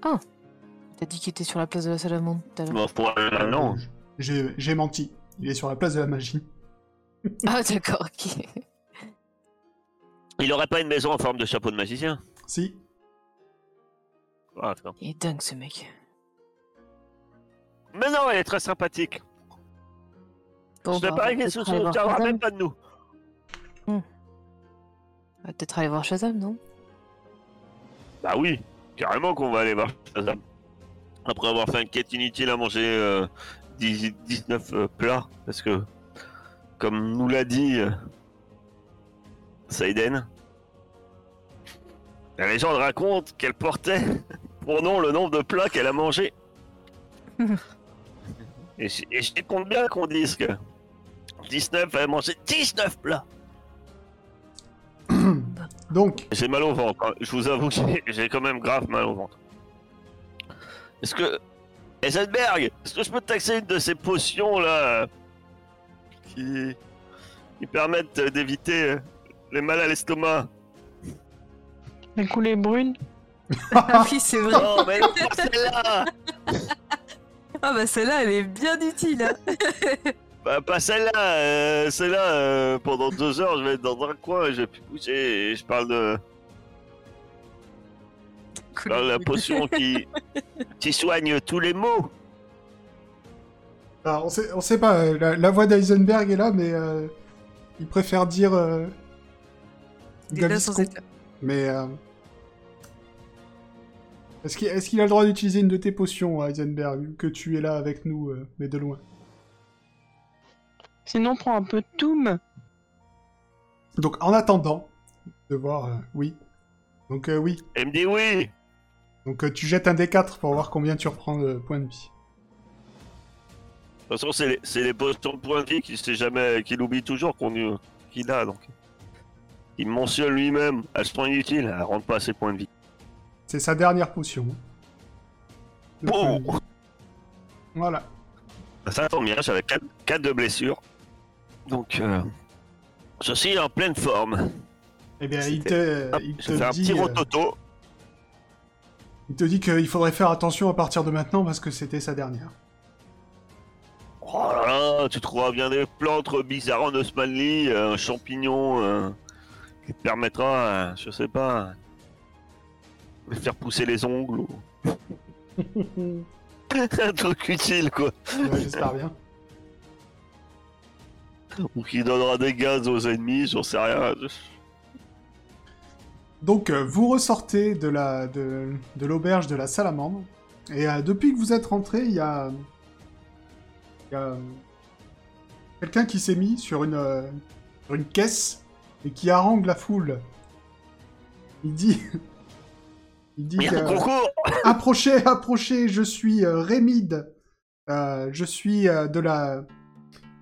T'as dit qu'il était sur la place de la salamandre tout à l'heure. Bon, pour aller maintenant. Euh, J'ai j'ai menti. Il est sur la place de la magie. Ah, d'accord, ok. Il aurait pas une maison en forme de chapeau de magicien Si. Ah, attends. Il est dingue ce mec. Mais non, elle est très sympathique. Bon, je ne bah, on pas va qu'elle se peut-être aller voir souviendra Shazam. même pas de nous. On va peut-être aller voir Shazam, non Bah oui, carrément qu'on va aller voir Shazam. Après avoir fait une quête inutile à manger euh, 10 19 euh, plats, parce que, comme nous l'a dit euh, Saiden, la légende raconte qu'elle portait pour nom le nombre de plats qu'elle a mangé. et j- et je compte bien qu'on dise que 19, elle a mangé 19 plats. Donc, J'ai mal au ventre, hein. je vous avoue que j'ai- j'ai quand même grave mal au ventre. Est-ce que. Heisenberg, est-ce que je peux te taxer une de ces potions là euh, qui. qui permettent euh, d'éviter euh, les mal à l'estomac La coulée brune. Ah oui, c'est vrai. Non, mais non, celle-là Ah bah celle-là, elle est bien utile. hein. Bah, Pas celle-là euh, Celle-là, euh, pendant deux heures, je vais être dans un coin et je vais plus bouger et je parle de, Cool. parle de la potion qui, qui soigne tous les maux. Alors, on sait, on sait pas, euh, la, la voix d'Eisenberg est là, mais euh, il préfère dire. euh, Il est là sans Gaviscon. être là. Mais. euh, Est-ce qu'il est-ce qu'il a le droit d'utiliser une de tes potions, Heisenberg, vu que tu es là avec nous, euh, mais de loin Sinon, prends un peu de toum. Donc, en attendant de voir. euh, oui. Donc, euh, oui. Elle me dit oui Donc, euh, tu jettes un D4 pour voir combien tu reprends de points de vie. De toute façon, c'est les, c'est les potions de point de vie qu'il sait jamais, qu'il oublie toujours qu'on lui- qu'il a, donc. Il mentionne lui-même, elles sont inutiles, elles rentrent pas à ses points de vie. C'est sa dernière potion. De points Bon de vie. Voilà. Ça tombe bien, j'avais 4, de blessures. Donc, euh, je suis en pleine forme. Eh bien, il C'était- te, Hop, il je te fais un dit, petit euh, rototo. il te dit qu'il faudrait faire attention à partir de maintenant parce que c'était sa dernière. Oh là là, tu trouveras bien des plantes bizarres en Osmanli, euh, un champignon euh, qui te permettra, euh, je sais pas, de faire pousser les ongles ou un truc utile quoi. Ouais, J'espère bien. Ou qui donnera des gaz aux ennemis, j'en sais rien. Donc, euh, vous ressortez de la de, de l'auberge de la Salamandre. Et euh, depuis que vous êtes rentré, il y a, il y a, euh, quelqu'un qui s'est mis sur une, euh, sur une caisse et qui harangue la foule. Il dit... Il dit Il y a un que- concours Approchez, approchez, je suis euh, Rémide. Euh, je suis euh, de la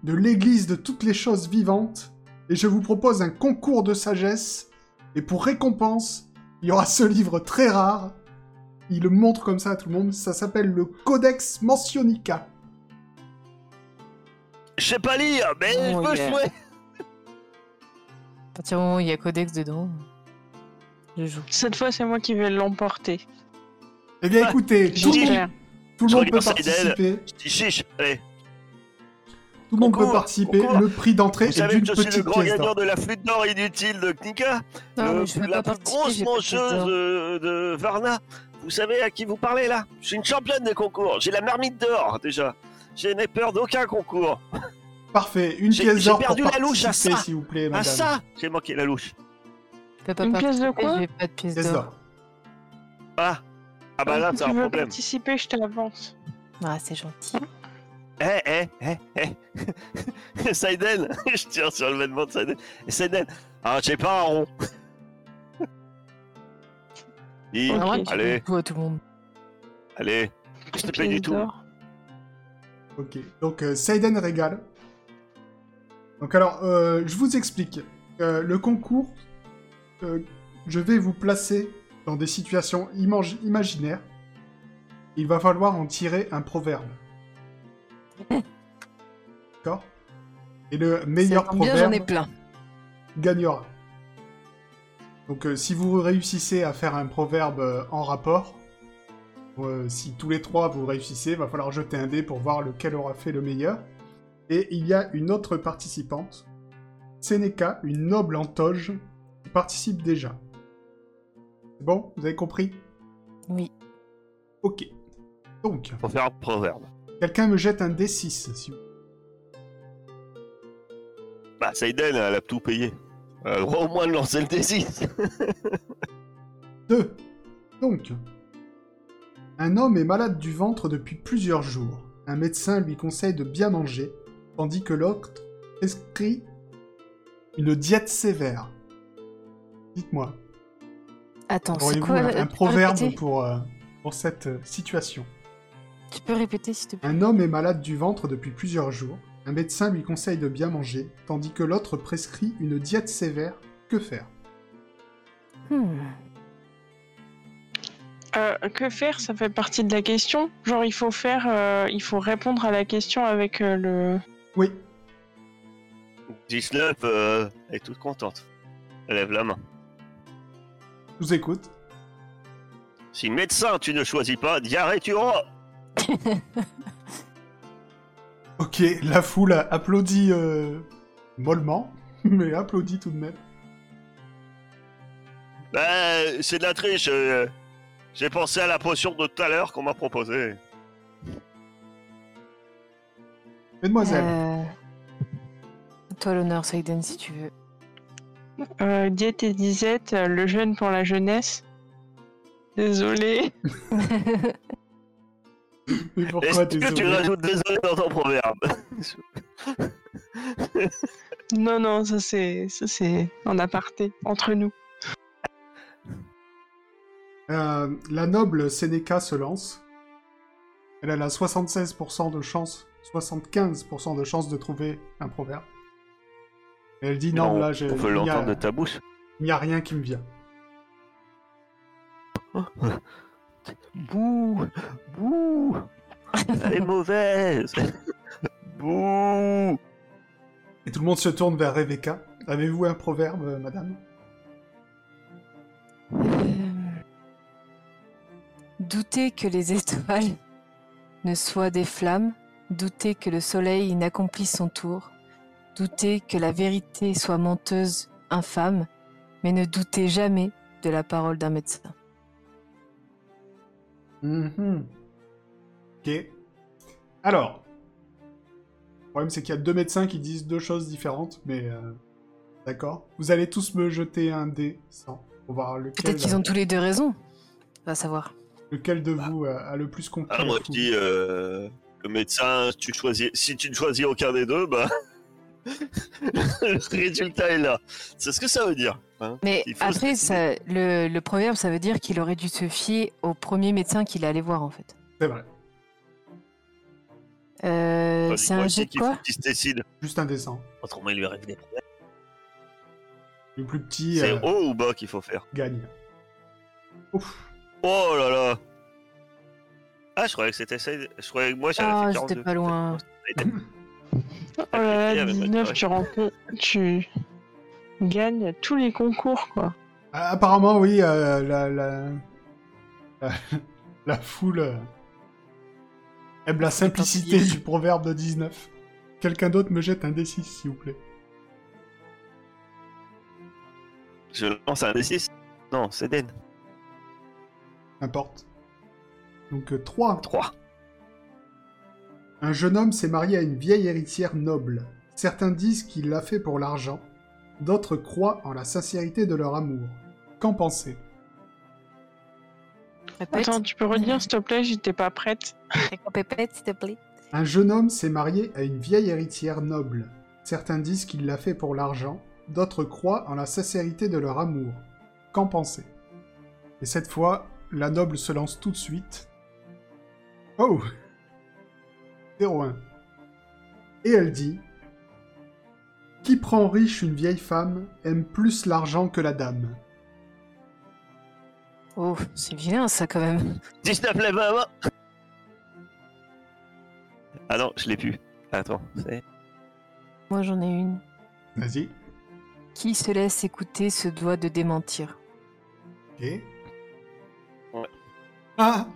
de l'église de toutes les choses vivantes et je vous propose un concours de sagesse et pour récompense, il y aura ce livre très rare. Il le montre comme ça à tout le monde, ça s'appelle le Codex Mentionnica. Je sais pas lire, mais Oh, je peux yeah. jouer À partir du moment où il y a Codex dedans, je joue. Cette fois, c'est moi qui vais l'emporter. Eh bien écoutez, tout, le monde- J'espère. tout le Ah, Je monde peut regarde ça, Idel. participer. Je dis chiche, allez. Tout le monde peut Concours, participer. concours. Le prix d'entrée Vous est savez d'une que je suis le petite grand pièce hein. d'or. gagnant de la flûte d'or inutile de Knika Non, Le- mais je veux Euh, la pas plus participer. grosse j'ai pas de Codex mancheuse dedans. euh, de Varna. Vous savez à qui vous parlez là Je suis une championne des concours. J'ai la marmite d'or déjà. Je n'ai peur d'aucun concours. Parfait, une J'ai- pièce j'ai d'or pour perdu la louche à participer, ça. s'il vous plaît, Ah madame. ça J'ai manqué la louche. Je peux pas Une pièce de participer, quoi J'ai pas de pièce Pièce d'or. d'or. Ah Ah bah là Si c'est tu un veux problème. participer, je te l'avance. Ah, c'est gentil. Eh eh eh eh Saiden Je tire sur le vêtement de Saiden. Saiden Ah j'ai pas un rond. Dis, Ok. Normalement, tu allez, donnes tout à tout le monde. allez. Je te plains Pièce du tout. d'or. Ok, donc euh, Seiden régale. Donc alors, euh, je vous explique. Euh, le concours, euh, je vais vous placer dans des situations imang- imaginaires. Il va falloir en tirer un proverbe. D'accord Et le Ça meilleur tombe bien, j'en proverbe ai plein. gagnera. Donc euh, si vous réussissez à faire un proverbe euh, en rapport, euh, si tous les trois vous réussissez, va falloir jeter un dé pour voir lequel aura fait le meilleur. Et il y a une autre participante, Seneca, une noble en toge, qui participe déjà. C'est bon Vous avez compris Oui. Ok. Donc, Faut faire un proverbe. quelqu'un me jette un D6, si vous... Bah, Saiden, elle a tout payé. Elle a le droit au moins de lancer le D6. 2. Donc, un homme est malade du ventre depuis plusieurs jours. Un médecin lui conseille de bien manger, tandis que l'autre prescrit une diète sévère. Dites-moi, Attends, c'est auriez-vous quoi un, euh, un tu peux proverbe répéter pour, euh, pour cette euh, situation Tu peux répéter, s'il te plaît Un homme est malade du ventre depuis plusieurs jours. Un médecin lui conseille de bien manger, tandis que l'autre prescrit une diète sévère. Que faire Hmm. Euh, que faire Ça fait partie de la question. Genre, il faut faire, euh, il faut répondre à la question avec euh, le. Oui, 19, euh, elle est toute contente. Elle lève la main. Je vous écoute. Si médecin, tu ne choisis pas, diarrhée, tu auras. Ok, la foule applaudit euh, mollement, mais applaudit tout de même. Bah, c'est de la triche. euh, J'ai pensé à la potion de tout à l'heure qu'on m'a proposée. Mesdemoiselles, Euh, Toi l'honneur, Seiden, si tu veux. Euh, diète et disette, euh, le jeune pour la jeunesse. Désolé. mais Est-ce pourquoi que tu désolé rajoutes désolé dans ton proverbe Non, non, ça c'est, ça c'est en aparté, entre nous. Euh, La noble Sénéca se lance. Elle a la 76% de chance, 75% de chance de trouver un proverbe. Et elle dit non, là, j'ai- On il veut n'y l'entendre de a, ta bouche. il n'y a rien qui me vient. Bouh Bouh Elle est mauvaise Bouh Et tout le monde se tourne vers Rebecca. Avez-vous un proverbe, euh, madame Euh, Douter que les étoiles ne soient des flammes, douter que le soleil n'accomplisse son tour, douter que la vérité soit menteuse, infâme, mais ne douter jamais de la parole d'un médecin. Mhm. Ok. Alors, le problème c'est qu'il y a deux médecins qui disent deux choses différentes, mais euh, d'accord. Vous allez tous me jeter un dé 100 pour voir lequel, Peut-être qu'ils ont tous les deux raison, va savoir. lequel de vous euh, a le plus compris. Ah, moi le je coup. dis, euh, le médecin, tu choisis... si tu ne choisis aucun des deux, bah. le résultat est là. C'est ce que ça veut dire. hein. Mais Il faut se après, ça- le, le proverbe, ça veut dire qu'il aurait dû se fier au premier médecin qu'il allait voir en fait. C'est vrai. Euh, Enfin, c'est dis-moi un aussi jet de qu'il quoi faut qu'il se décide. Juste un dessin. Autrement, il lui arrive des problèmes. Le plus petit C'est euh, haut ou bas qu'il faut faire. gagne. Ouf. Oh là là Ah, je croyais que c'était ça. Je croyais que moi j'avais Ah, fait j'étais 42. pas loin. Oh Ah, là là, mais moi, 19, ouais. tu rencontres, tu gagnes tous les concours, quoi. Ah, Apparemment, oui, euh, la, la... la- la foule euh, aime la simplicité du proverbe de 19. Quelqu'un d'autre me jette un D6, s'il vous plaît. Je lance un D6. Non, c'est Den. N'importe. Donc 3. 3. Un jeune homme s'est marié à une vieille héritière noble. Certains disent qu'il l'a fait pour l'argent, d'autres croient en la sincérité de leur amour. Qu'en pensez Répète, Attends, tu peux redire, s'il te plaît, j'étais pas prête. répète, s'il te plaît. Un jeune homme s'est marié à une vieille héritière noble. Certains disent qu'il l'a fait pour l'argent, d'autres croient en la sincérité de leur amour. Qu'en pensez Et cette fois, la noble se lance tout de suite. Oh 01. Et elle dit Qui prend riche une vieille femme aime plus l'argent que la dame. Oh, c'est vilain ça quand même. 19 la maman Ah non, je l'ai plus. Attends, c'est. Moi j'en ai une. Vas-y. Qui se laisse écouter se doit de démentir. Ok. Ouais. Ah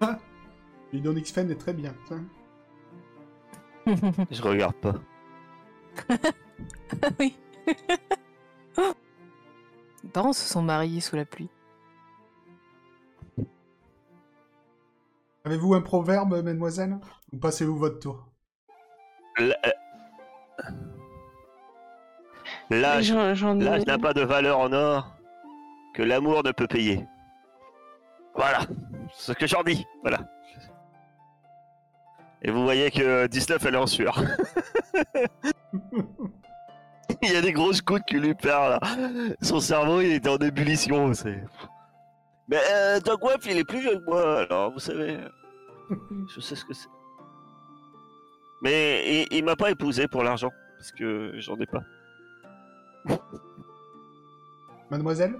Ah Lidon X-Fan est très bien. tiens. Je regarde pas. oui. Les parents se sont mariés sous la pluie. Avez-vous un proverbe, mademoiselle Ou passez-vous votre tour L- euh, L'âge J'en- j'en ai- l'âge n'a pas de valeur en or que l'amour ne peut payer. Voilà, c'est ce que j'en dis. Voilà. Et vous voyez que 19 elle est en sueur. il y a des grosses gouttes qui lui parlent. là. Son cerveau il est en ébullition. C'est... Mais euh, Doc Wap il est plus vieux que moi alors vous savez. Je sais ce que c'est. Mais il, il m'a pas épousé pour l'argent parce que j'en ai pas. Mademoiselle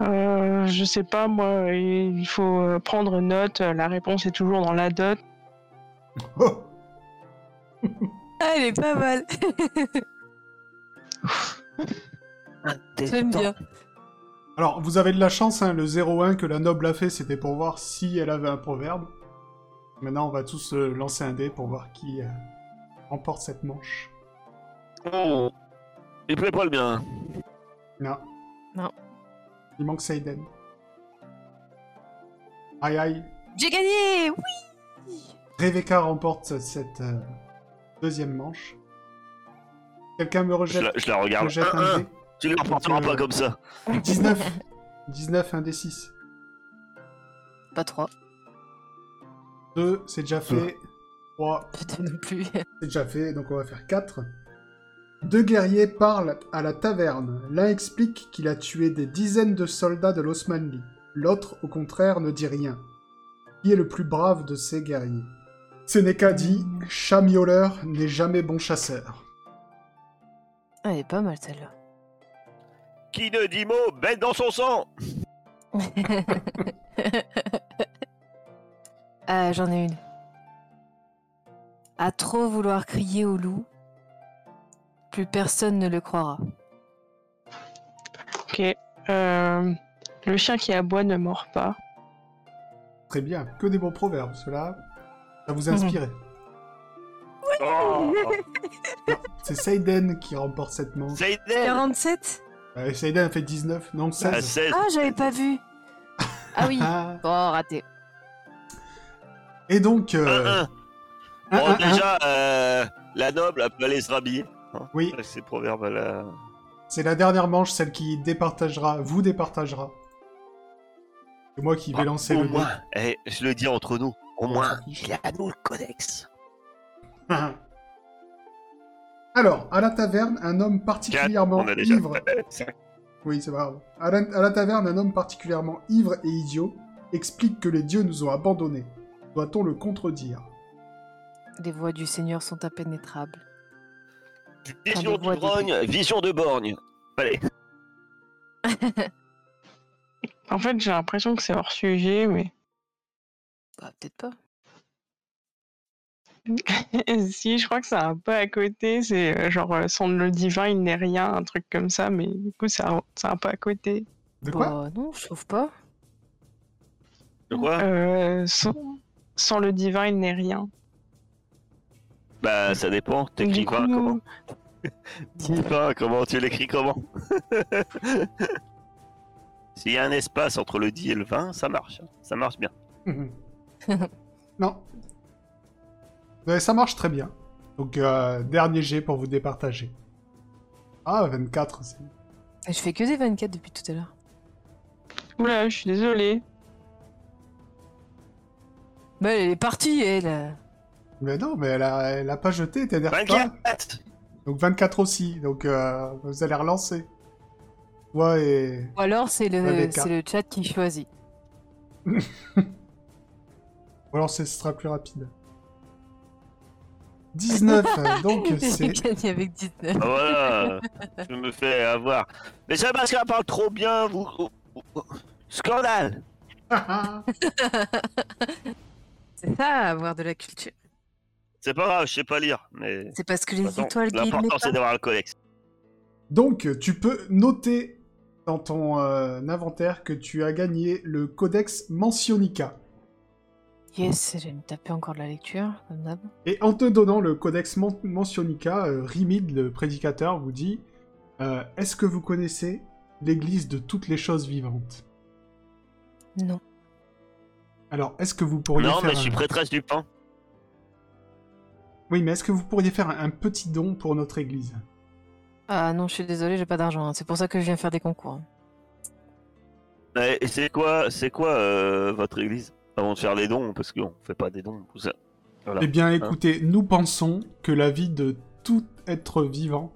Euh, je sais pas, moi, il faut euh, prendre note. euh, La réponse est toujours dans la dot. Oh Ah, elle est pas mal. J'aime bien. Alors, vous avez de la chance, hein, le 01 que la noble a fait, c'était pour voir si elle avait un proverbe. Maintenant, on va tous euh, lancer un dé pour voir qui euh, remporte cette manche. Oh, il plaît pas le bien. Non. Non. Il manque Seiden. Aïe aïe. J'ai gagné Oui Rebecca remporte cette euh, deuxième manche. Quelqu'un me Je rejette, la, je la regarde. Ah, me jette Un, un un. dé. Tu ne remporteras Tu, euh, pas comme ça. 19. 19, 1 des 6. Pas trois. 2, c'est déjà fait. 3, Peut-être non plus. c'est déjà fait, donc on va faire 4. Deux guerriers parlent à la taverne. L'un explique qu'il a tué des dizaines de soldats de l'Osmanli. L'autre, au contraire, ne dit rien. Qui est le plus brave de ces guerriers Seneca dit Chat miauleur n'est jamais bon chasseur. Ah, Elle est pas mal celle-là. Qui ne dit mot, bête dans son sang. Ah, j'en ai une. À trop vouloir crier au loup, plus personne ne le croira. Ok. euh, le chien qui aboie ne mord pas. Très bien, que des bons proverbes, cela ça vous inspirer. Oh. C'est Seiden qui remporte cette manche. Zayden. 47 Euh, Seiden a fait 19, non À 16. 16. Ah, j'avais pas vu Ah oui Ah. Bon, raté. Et donc... euh, 1-1. un, Bon, un, un. Ah, Oh, déjà, euh, la noble, elle peut aller se rhabiller. Oui, Ces proverbes là. C'est la dernière manche, celle qui départagera, vous départagera. C'est moi qui vais lancer au le dé. moins, eh, je le dis entre nous, au moins, il a à nous le codex. Alors, à la taverne, un homme particulièrement on a déjà. ivre. Oui, c'est pas grave. À la, à la taverne, un homme particulièrement ivre et idiot explique que les dieux nous ont abandonnés. Doit-on le contredire Les voix du Seigneur sont impénétrables. Vision des voix de grogne, vision de borgne. Allez, En fait, j'ai l'impression que c'est hors sujet, mais. Bah, peut-être pas. si, je crois que c'est un peu à côté. C'est euh, genre euh, sans le divin, il n'est rien, un truc comme ça, mais du coup, c'est un, c'est un peu à côté. De quoi Bah, non, je trouve pas. je crois. Euh, sans, sans le divin, il n'est rien. Bah, ça dépend. Du T'écris quoi coup, Comment Dis pas comment tu l'écris comment S'il y a un espace entre le 10 et le 20, ça marche. Ça marche bien. Mhm. Non. Ouais, ça marche très bien. Donc, euh, dernier jet pour vous départager. Ah, 24, c'est Je fais que des 24 depuis tout à l'heure. Oula, je suis désolée. Bah, elle est partie, elle Mais non, mais elle a, elle a pas jeté, t'énerve pas. 24 Donc 24 aussi, donc euh, vous allez relancer. Ouais, et... Ou alors, c'est le, Rebecca. c'est le chat qui choisit. Ou alors c'est- ce sera plus rapide. 19, euh, donc J'ai c'est... gagné avec 19. Ah, Voilà Je me fais avoir. Mais c'est parce qu'elle parle trop bien, vous. Scandale C'est ça, avoir de la culture. C'est pas grave, je sais pas lire, mais. C'est parce que les Attends, étoiles guident les L'important pas. c'est d'avoir le codex. donc tu peux noter dans ton euh, inventaire que tu as gagné le Codex Mentionnica. Yes, je vais me taper encore de la lecture, comme d'hab. Et en te donnant le Codex Mon- Mentionnica, euh, Rimid, le prédicateur, vous dit euh, Est-ce que vous connaissez l'église de toutes les choses vivantes Non. Alors, est-ce que vous pourriez non, faire mais je suis un- prêtresse du pain. Oui, mais est-ce que vous pourriez faire un, un petit don pour notre église Ah non, je suis désolée, j'ai pas d'argent. hein. C'est pour ça que je viens faire des concours. hein. Mais c'est quoi, c'est quoi euh, votre église Avant de faire des dons, parce qu'on fait pas des dons, tout ça. Voilà. Eh bien, écoutez, nous pensons que la vie de tout être vivant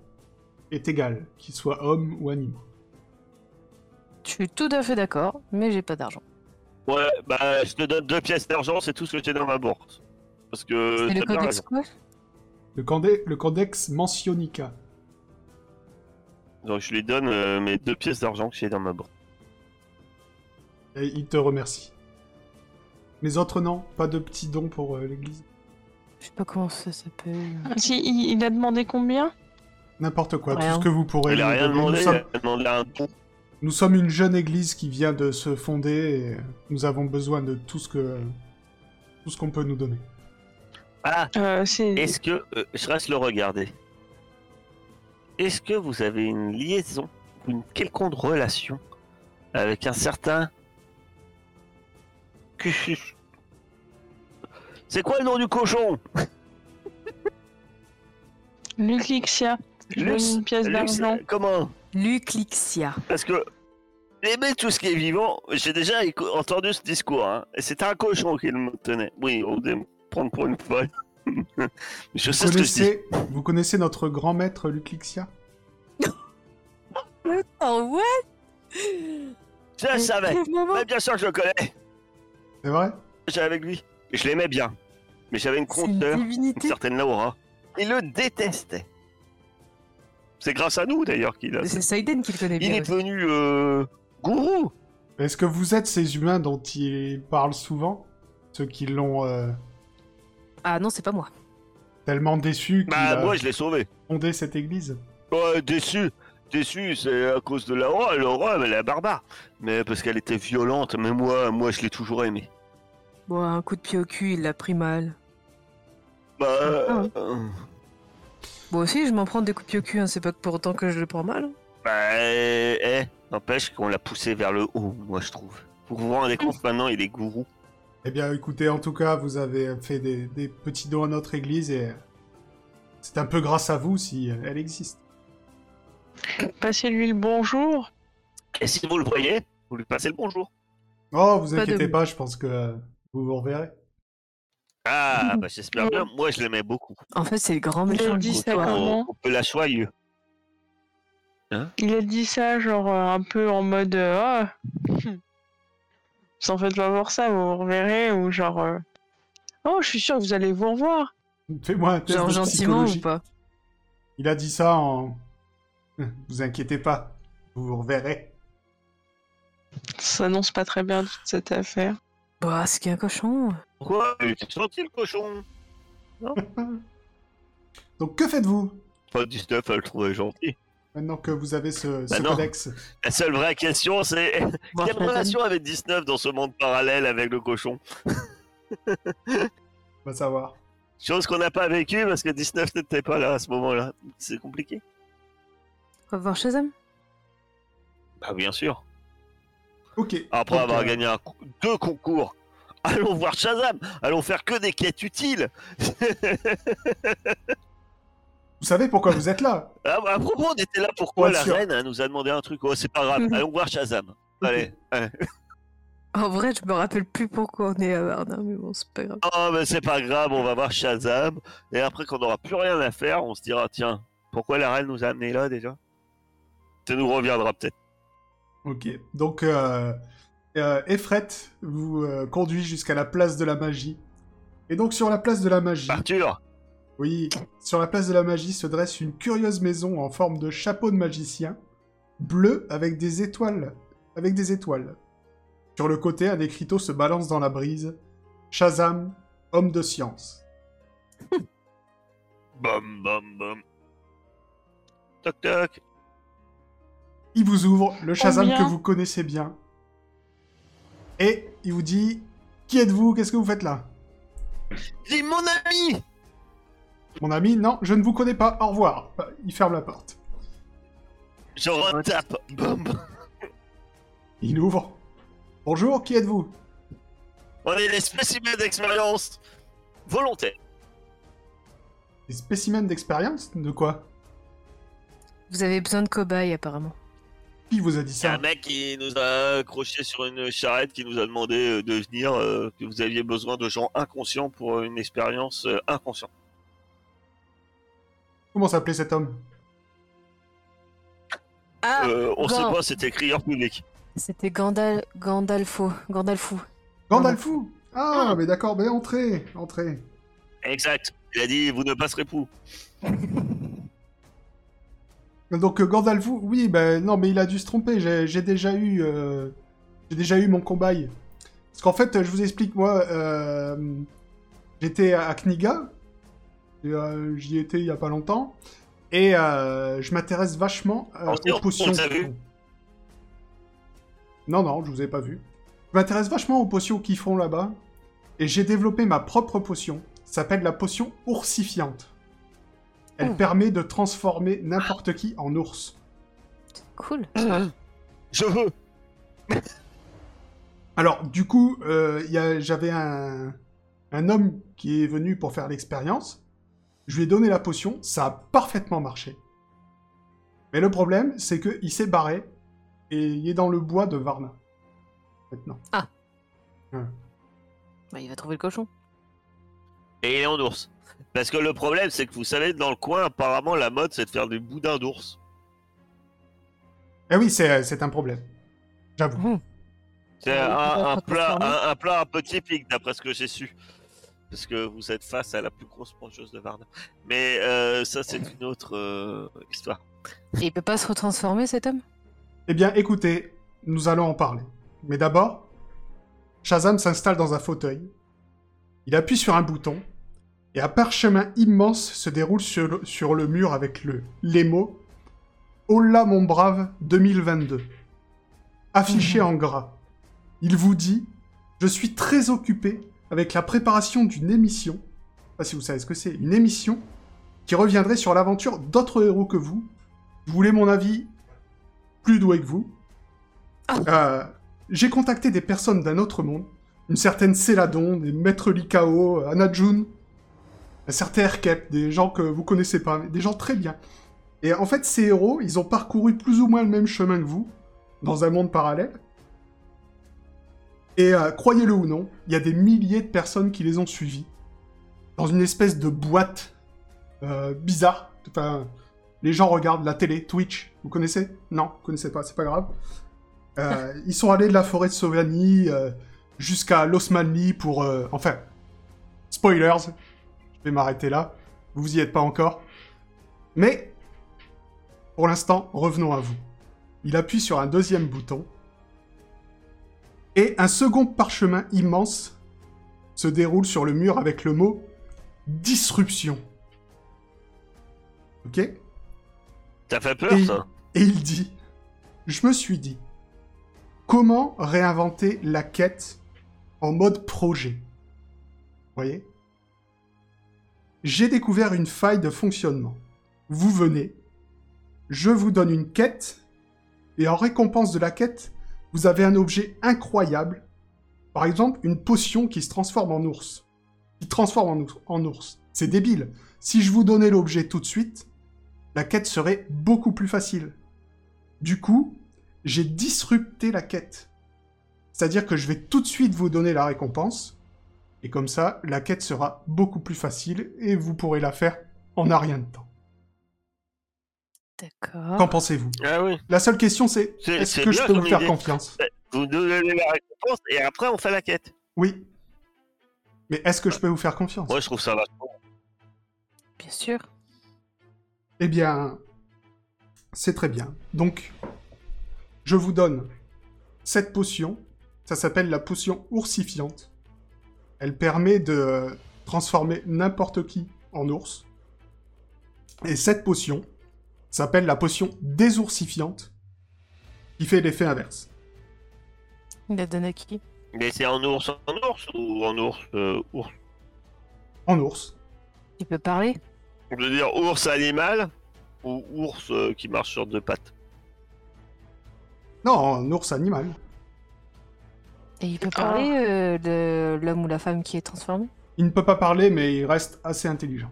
est égale, qu'il soit homme ou animal. Je suis tout à fait d'accord, mais j'ai pas d'argent. Ouais, bah je te donne deux pièces d'argent, c'est tout ce que j'ai dans ma bourse. Parce que C'est le Euh, t'as bien codex raison. quoi Le, candé- le Codex Mentionnica. Donc je lui donne euh, mes deux pièces d'argent que j'ai dans ma bourse. Et il te remercie. Les autres, non Pas de petit don pour euh, l'église Je sais pas comment ça s'appelle. Si, il, il a demandé combien N'importe quoi, tout Rien. ce que vous pourrez Il a nous rien donner. Nous demandé, sommes- il a demandé un don. Nous sommes une jeune église qui vient de se fonder et nous avons besoin de tout ce que tout ce qu'on peut nous donner. Ah, Euh, c'est... est-ce que. euh, je reste le regarder. Est-ce que vous avez une liaison ou une quelconque relation avec un certain. Cuchus C'est quoi le nom du cochon Luclixia. Je donne Luce- une pièce Luce- d'argent. Comment Luclixia. Parce que aimer tout ce qui est vivant, j'ai déjà éco- entendu ce discours. hein. Et c'était un cochon qui le tenait. Oui, on devait me prendre pour une folle. je sais Vous ce que je dis. connaissez, vous connaissez notre grand maître Luclixia Oh ouais Je le savais. Quel moment. Mais bien sûr que je le connais. C'est vrai J'étais avec lui. Je l'aimais bien. Mais j'avais une C'est une conteur, une divinité. certaine Laura. Il le détestait. C'est grâce à nous d'ailleurs qu'il a. C'est Soiden qui le connaît Il bien. est aussi. devenu euh, gourou. Est-ce que vous êtes ces humains dont il parle souvent Ceux qui l'ont euh, Ah non, c'est pas moi. tellement déçu qu'il Bah, a moi je l'ai sauvé. fondé cette église Ouais, déçu. Déçu, c'est à cause de Laura. Laura, elle est barbare. Mais parce qu'elle était violente, mais moi, moi, je l'ai toujours aimée. Bon, un coup de pied au cul, il l'a pris mal. Bah, euh, Bon, aussi, je m'en prends des coups de pied au cul, hein, c'est pas que pour autant que je le prends mal. hein. bah, euh, eh, n'empêche qu'on l'a poussé vers le haut, moi, je trouve. Vous vous rendez compte, maintenant, il est gourou. Eh bien, écoutez, en tout cas, vous avez fait des, des petits dons à notre église et c'est un peu grâce à vous si elle existe. Passez-lui le bonjour. Et si vous le voyez, vous lui passez le bonjour. Oh, vous Pas inquiétez de- pas, je pense que euh, vous vous reverrez. Ah, bah, j'espère bien. Moi, je l'aimais beaucoup. En fait, c'est le grand Il méchant de a dit ça l'histoire. comment On peut la choyer. Il a dit ça, genre euh, un peu en mode. euh, Ah, hmm. Vous en faites pas pour ça, vous vous reverrez. Ou genre. euh, Oh, je suis sûr que vous allez vous revoir. Fais-moi un test Genre de gentiment ou psychologie. pas Il a dit ça en... Vous inquiétez pas, vous vous reverrez. Ça s'annonce pas très bien toute cette affaire. Bah, c'est qu'un cochon. Pourquoi Il était gentil, le cochon. Donc que faites-vous Pas 19, elle le trouvait gentil. maintenant que vous avez ce, ce Bah non. codex La seule vraie question, c'est Bon, quelle je m'étonne. relation avait 19 dans ce monde parallèle avec le cochon On va savoir. Chose qu'on n'a pas vécue parce que 19 n'était pas là à ce moment-là. C'est compliqué. On va voir Shazam. Bah bien sûr. Ok. Après donc, avoir euh, gagné un con- deux concours, allons voir Shazam. Allons faire que des quêtes utiles. Vous savez pourquoi vous êtes là Ah, bah, à propos, on était là pourquoi Bien la sûr. Mhm. reine hein, nous a demandé un truc. Oh, c'est pas grave. allons voir Shazam. Allez. allez. En vrai, je me rappelle plus pourquoi on est à Varna, mais bon, c'est pas grave. Oh, mais c'est pas grave. On va voir Shazam. Et après, quand on n'aura plus rien à faire, on se dira tiens, pourquoi la reine nous a amenés là déjà Ça nous reviendra peut-être. Ok. Donc, euh, euh, Efret vous euh, conduit jusqu'à la place de la magie. Et donc, sur la place de la magie, Arthur. oui, sur la place de la magie se dresse une curieuse maison en forme de chapeau de magicien, bleu avec des étoiles. Avec des étoiles. Sur le côté, un écriteau se balance dans la brise. Shazam, homme de science. Bam, bam, bam. Toc toc. Il vous ouvre le Shazam Combien que vous connaissez bien. Et il vous dit Qui êtes-vous Qu'est-ce que vous faites là J'ai mon ami Mon ami, non, je ne vous connais pas, au revoir. Euh, Il ferme la porte. Je retape Boum. Il ouvre. Bonjour, qui êtes-vous On est les spécimens d'expérience volontaire. Des spécimens d'expérience De quoi Vous avez besoin de cobayes, apparemment. Qui vous a dit C'est un ça mec qui nous a accroché sur une charrette qui nous a demandé euh, de venir, euh, que vous aviez besoin de gens inconscients pour euh, une expérience euh, inconsciente. Comment s'appelait cet homme Ah Euh, on bon. sait pas, c'était crieur public. C'était Gandal... Gandalfo. Gandalfou. Gandalfou Ah, mais d'accord, mais entrez, entrez. Exact. Il a dit, vous ne passerez plus. Donc euh, Gandalfou, oui, ben non, mais il a dû se tromper, j'ai j'ai déjà eu... euh, j'ai déjà eu mon combat. Parce qu'en fait, je vous explique, moi, euh, j'étais à Kniga, et, euh, j'y étais il y a pas longtemps, et euh, je m'intéresse vachement euh, On s'est- aux on potions. s'est vu. Non, non, je vous ai pas vu. Je m'intéresse vachement aux potions qu'ils font là-bas. Et j'ai développé ma propre potion. Ça s'appelle la potion oursifiante. Elle Oh. permet de transformer n'importe qui en ours. Cool. Je veux Alors, du coup, euh, il y a- j'avais un, un homme qui est venu pour faire l'expérience. Je lui ai donné la potion, ça a parfaitement marché. Mais le problème, c'est qu'il s'est barré et il est dans le bois de Varna. Maintenant. Bah, il va trouver le cochon. Et il est en ours. Parce que le problème, c'est que vous savez, dans le coin, apparemment, la mode, c'est de faire du boudin d'ours. Eh oui, c'est c'est un problème. J'avoue. C'est Ah oui, un, on va un pas plat, transformer. un, un plat un peu typique, d'après ce que j'ai su. Parce que vous êtes face à la plus grosse mangeuse de Varna. Mais euh, ça, c'est une autre euh, histoire. Et il peut pas se retransformer, cet homme Eh bien, écoutez, nous allons en parler. Mais d'abord, Shazam s'installe dans un fauteuil. Il appuie sur un bouton. Et un parchemin immense se déroule sur le, sur le mur avec le, les mots Hola mon brave 2022. Affiché en gras. Il vous dit Je suis très occupé avec la préparation d'une émission. Je sais Pas si vous savez ce que c'est, une émission qui reviendrait sur l'aventure d'autres héros que vous. Je voulais mon avis plus doué que vous. Euh, J'ai contacté des personnes d'un autre monde, une certaine Céladon, des maîtres Likao, Anna June, un certain Erkep, des gens que vous connaissez pas, mais des gens très bien. Et en fait, ces héros, ils ont parcouru plus ou moins le même chemin que vous, dans un monde parallèle. Et euh, croyez-le ou non, il y a des milliers de personnes qui les ont suivis, dans une espèce de boîte euh, bizarre. Enfin, les gens regardent la télé, Twitch. Vous connaissez Non, vous connaissez pas, c'est pas grave. Euh, ils sont allés de la forêt de Sauvigny euh, jusqu'à l'Osmanli pour... euh, enfin, spoilers, je vais m'arrêter là. Vous y êtes pas encore. Mais, pour l'instant, revenons à vous. Il appuie sur un deuxième bouton. Et un second parchemin immense se déroule sur le mur avec le mot disruption. Ok Ça fait peur, Et- ça et il dit Je me suis dit, comment réinventer la quête en mode projet Vous voyez J'ai découvert une faille de fonctionnement. Vous venez, je vous donne une quête, et en récompense de la quête, vous avez un objet incroyable, par exemple une potion qui se transforme en ours. Qui transforme en ours. en ours. C'est débile. Si je vous donnais l'objet tout de suite, la quête serait beaucoup plus facile. Du coup, j'ai disrupté la quête. C'est-à-dire que je vais tout de suite vous donner la récompense, et comme ça, la quête sera beaucoup plus facile et vous pourrez la faire en un rien de temps. Qu'en D'accord. pensez-vous Ah oui. La seule question, c'est C'est- est-ce c'est que je bien peux vous comme faire idée. confiance Vous nous donnez la récompense et après, on fait la quête. Oui. Mais est-ce que je peux vous faire confiance Moi, je trouve ça vachement. Bien sûr. Eh bien, c'est très bien. Donc, je vous donne cette potion. Ça s'appelle la potion oursifiante. Elle permet de transformer n'importe qui en ours. Et cette potion s'appelle la potion désoursifiante, qui fait l'effet inverse. Il la donne à qui Mais c'est en ours, en ours ou en ours, euh, ours En ours. Il peut parler Je veux dire ours animal ou ours euh, qui marche sur deux pattes Non, en ours animal. Et il peut Ah. parler euh, de l'homme ou la femme qui est transformé Il ne peut pas parler, mais il reste assez intelligent.